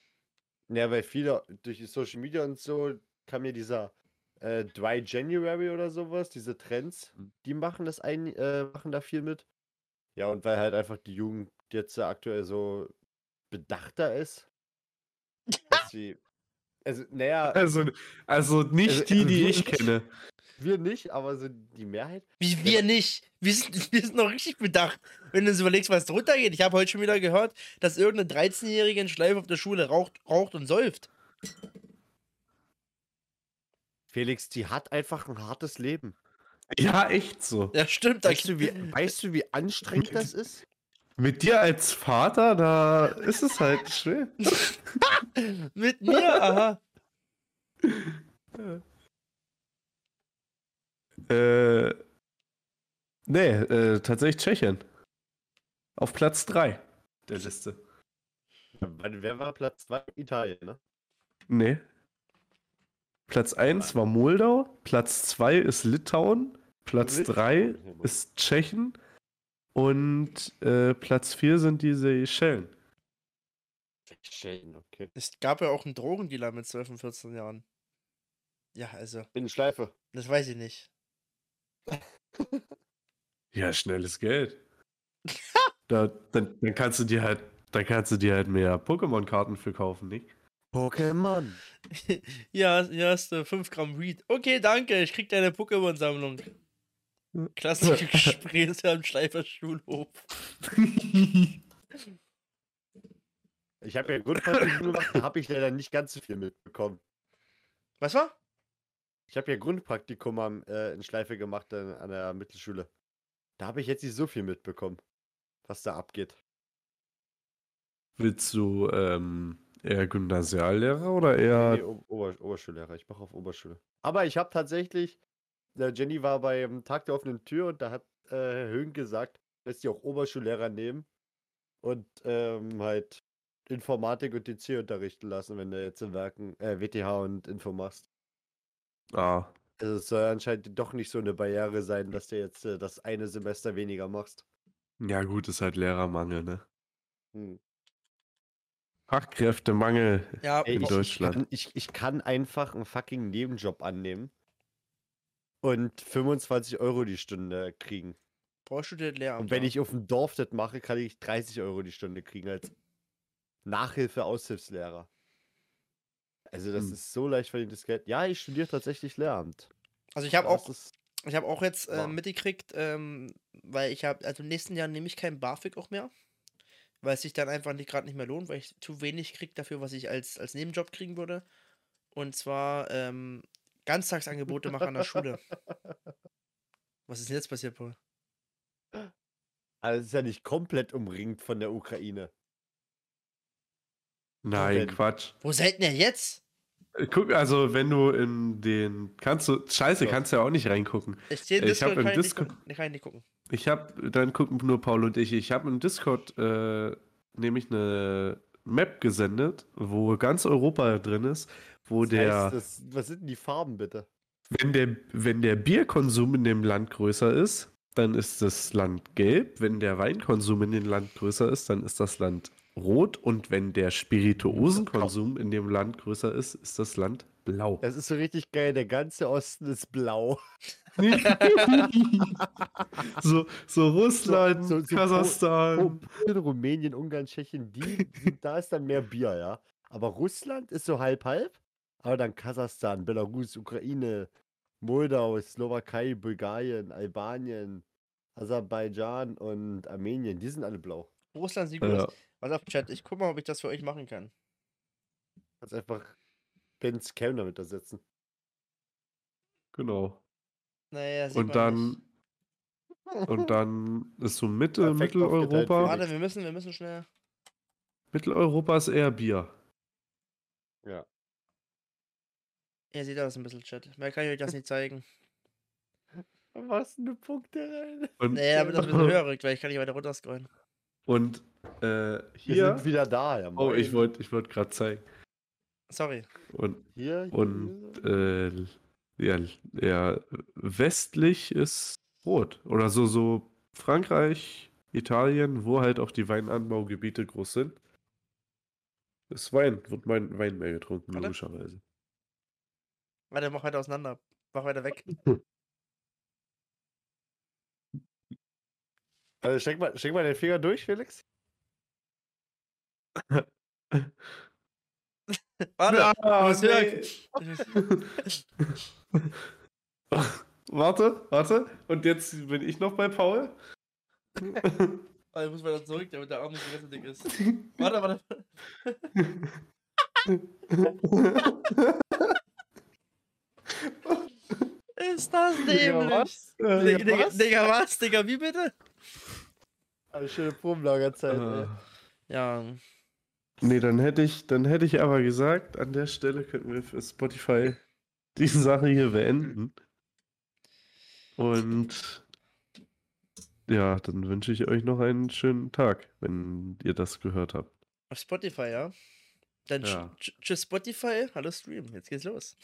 [SPEAKER 2] Ja, weil viele durch die Social Media und so kam ja dieser äh, Dry January oder sowas, diese Trends, die machen das ein, äh, machen da viel mit. Ja, und weil halt einfach die Jugend jetzt ja aktuell so bedachter ist. dass sie, also, naja,
[SPEAKER 1] Also, also nicht
[SPEAKER 2] Also-
[SPEAKER 1] die, die
[SPEAKER 2] also-
[SPEAKER 1] ich kenne.
[SPEAKER 2] wir nicht, aber so die Mehrheit.
[SPEAKER 3] Wie wir nicht. Wir sind, wir sind noch richtig bedacht. Wenn du uns überlegst, was drunter geht. Ich habe heute schon wieder gehört, dass irgendeine 13-Jährige in Schleife auf der Schule raucht, raucht und säuft.
[SPEAKER 2] Felix, die hat einfach ein hartes Leben.
[SPEAKER 1] Ja, echt so.
[SPEAKER 3] Ja, stimmt. Da
[SPEAKER 2] Weißt du, wie, weißt du, wie anstrengend das ist?
[SPEAKER 1] Mit dir als Vater, da ist es halt schwer.
[SPEAKER 3] Mit mir, aha.
[SPEAKER 1] Äh, nee, äh, tatsächlich Tschechien. Auf Platz 3 der Liste.
[SPEAKER 2] Wann- Wer war Platz 2? Italien, ne?
[SPEAKER 1] Nee. Platz 1 war Moldau, Platz 2 ist Litauen, Platz
[SPEAKER 2] Litauen,
[SPEAKER 1] 3
[SPEAKER 2] ja, Mann.
[SPEAKER 1] ist Tschechien und äh, Platz 4 sind die Seychellen.
[SPEAKER 2] Schön, okay.
[SPEAKER 3] Es gab ja auch einen Drogendealer mit 12 und 14 Jahren. Ja, also,
[SPEAKER 2] In Schleife.
[SPEAKER 3] das weiß ich nicht.
[SPEAKER 1] Ja, schnelles Geld. da, dann, dann kannst du dir halt, dann kannst du dir halt mehr Pokémon-Karten für kaufen, nicht?
[SPEAKER 2] Pokémon.
[SPEAKER 3] ja, hier hast du 5 Gramm Weed. Okay, danke, ich krieg deine Pokémon-Sammlung.
[SPEAKER 2] Hm.
[SPEAKER 3] Klassische Gespräche am Schleifer Schulhof.
[SPEAKER 2] Ich habe ja Grundpraktikum gemacht, da habe ich leider nicht ganz so viel mitbekommen.
[SPEAKER 3] Was war?
[SPEAKER 2] Ich habe ja Grundpraktikum am, äh, in Schleife gemacht an, an der Mittelschule. Da habe ich jetzt nicht so viel mitbekommen, was da abgeht.
[SPEAKER 1] Willst du ähm, eher Gymnasiallehrer oder eher
[SPEAKER 2] Nee, o Ober Oberschullehrer, ich mache auf Oberschule. Aber ich habe tatsächlich, äh, Jenny war beim Tag der offenen Tür und da hat äh, Herr Höhn gesagt, dass die auch Oberschullehrer nehmen und ähm, halt Informatik und DC unterrichten lassen, wenn du jetzt in Werken, äh, WTH und Info machst.
[SPEAKER 1] Ah,
[SPEAKER 2] Also es soll anscheinend doch nicht so eine Barriere sein, dass du jetzt äh, das eine Semester weniger machst.
[SPEAKER 1] ja gut, ist halt Lehrermangel, ne?
[SPEAKER 2] Hm.
[SPEAKER 1] Fachkräftemangel.
[SPEAKER 3] Ja,
[SPEAKER 1] Ey, in
[SPEAKER 2] ich,
[SPEAKER 1] Deutschland.
[SPEAKER 2] Ich kann, ich, ich kann einfach einen fucking Nebenjob annehmen und 25 Euro die Stunde kriegen.
[SPEAKER 3] brauchst du das Lehramt?
[SPEAKER 2] Und wenn
[SPEAKER 3] ja.
[SPEAKER 2] ich auf dem Dorf das mache, kann ich 30 Euro die Stunde kriegen als Nachhilfe-Aushilfslehrer. Also das
[SPEAKER 1] Hm.
[SPEAKER 2] ist so leicht verdientes Geld. Ja, ich studiere tatsächlich Lehramt.
[SPEAKER 3] Also ich habe
[SPEAKER 2] Das
[SPEAKER 3] auch,
[SPEAKER 2] ist-
[SPEAKER 3] ich habe auch jetzt äh,
[SPEAKER 2] Wow.
[SPEAKER 3] mitgekriegt, ähm, weil ich habe, also im nächsten Jahr nehme ich keinen BAföG auch mehr, weil es sich dann einfach nicht gerade nicht mehr lohnt, weil ich zu wenig kriege dafür, was ich als, als Nebenjob kriegen würde. Und zwar ähm, Ganztagsangebote mache an der Schule. Was ist denn jetzt passiert, Paul?
[SPEAKER 2] Also es ist ja nicht komplett umringt von der Ukraine.
[SPEAKER 1] Nein,
[SPEAKER 2] Moment.
[SPEAKER 1] Quatsch.
[SPEAKER 3] Wo seid denn ihr jetzt?
[SPEAKER 1] Äh, Guck, also wenn du in den. Kannst du. Scheiße,
[SPEAKER 2] Ja.
[SPEAKER 1] kannst du ja auch nicht reingucken.
[SPEAKER 3] Ich sehe
[SPEAKER 1] Ich hab im
[SPEAKER 3] Discord, kann ich nicht
[SPEAKER 1] Discord-
[SPEAKER 3] gucken. Nee, kann ich nicht gucken.
[SPEAKER 1] Ich habe, dann gucken nur Paul und ich. Ich habe im Discord äh, nämlich eine Map gesendet, wo ganz Europa drin ist, wo
[SPEAKER 2] Das
[SPEAKER 1] Oh, der.
[SPEAKER 2] heißt, das, was sind denn die Farben bitte?
[SPEAKER 1] Wenn der, wenn der Bierkonsum in dem Land größer ist, dann ist das Land gelb. Wenn der Weinkonsum in dem Land größer ist, dann ist das Land rot. Und wenn der Spirituosenkonsum in dem Land größer ist, ist das Land blau.
[SPEAKER 2] Das ist so richtig geil. Der ganze Osten ist blau.
[SPEAKER 1] so, so Russland,
[SPEAKER 2] So- so- so
[SPEAKER 1] Kasachstan.
[SPEAKER 2] Oh, Polen, Rumänien, Ungarn, Tschechien, die, die, da ist dann mehr Bier, ja. Aber Russland ist so halb halb. Aber dann Kasachstan, Belarus, Ukraine, Moldau, Slowakei, Bulgarien, Albanien, Aserbaidschan und Armenien, die sind alle blau.
[SPEAKER 3] Russland sieht gut
[SPEAKER 1] Ja.
[SPEAKER 3] aus. Pass auf, Chat, ich guck mal, ob ich das für euch machen kann.
[SPEAKER 2] Kannst einfach Ben's Cam damit ersetzen.
[SPEAKER 1] Genau.
[SPEAKER 3] Naja, sieht
[SPEAKER 1] Und
[SPEAKER 3] man nicht.
[SPEAKER 1] dann, und dann ist so Mitte,
[SPEAKER 2] Perfekt aufgeteilt,
[SPEAKER 1] Mitteleuropa.
[SPEAKER 2] Felix.
[SPEAKER 3] Warte, wir müssen, wir müssen schnell.
[SPEAKER 1] Mitteleuropa ist eher Bier.
[SPEAKER 3] Ihr seht das ein bisschen, Chat. Mehr kann ich euch das nicht zeigen.
[SPEAKER 2] Was eine Punkte rein.
[SPEAKER 1] Und,
[SPEAKER 3] Naja, damit das ein bisschen höher rückt, weil ich kann nicht weiter runterscrollen.
[SPEAKER 1] und äh,
[SPEAKER 2] Wir
[SPEAKER 1] hier.
[SPEAKER 2] sind wieder da, ja.
[SPEAKER 1] Oh, ich
[SPEAKER 2] moin.
[SPEAKER 1] wollte ich wollt gerade zeigen.
[SPEAKER 3] Sorry.
[SPEAKER 1] Und
[SPEAKER 2] Hier, hier,
[SPEAKER 1] Und
[SPEAKER 2] hier.
[SPEAKER 1] äh, ja, ja, westlich ist rot. Oder so, so Frankreich, Italien, wo halt auch die Weinanbaugebiete groß sind. Ist Wein, wird mein Wein mehr getrunken,
[SPEAKER 3] Warte.
[SPEAKER 1] logischerweise.
[SPEAKER 3] Warte, mach weiter auseinander. mach weiter weg.
[SPEAKER 2] Also steck mal, steck mal den Finger durch, Felix.
[SPEAKER 3] Warte,
[SPEAKER 1] Ah,
[SPEAKER 3] muss weg.
[SPEAKER 1] warte, warte. Und jetzt bin ich noch bei Paul.
[SPEAKER 3] Warte, ich muss weiter zurück, damit der Arm nicht so dick ist. Warte, warte. Ist das
[SPEAKER 2] Digga,
[SPEAKER 3] dämlich?
[SPEAKER 2] was?
[SPEAKER 3] Digga,
[SPEAKER 2] Digga,
[SPEAKER 3] Digga,
[SPEAKER 2] was?
[SPEAKER 3] Digga, was? Digga, wie bitte?
[SPEAKER 2] Eine schöne Probenlagerzeit,
[SPEAKER 1] Äh,
[SPEAKER 2] ey.
[SPEAKER 3] Ja,
[SPEAKER 1] nee, dann hätte ich, dann hätte ich aber gesagt, an der Stelle könnten wir für Spotify die Sache hier beenden. Und ja, dann wünsche ich euch noch einen schönen Tag, wenn ihr das gehört habt.
[SPEAKER 3] auf Spotify, ja? Dann tsch-
[SPEAKER 1] Ja.
[SPEAKER 3] tsch- tschüss Spotify, hallo Stream, jetzt geht's los.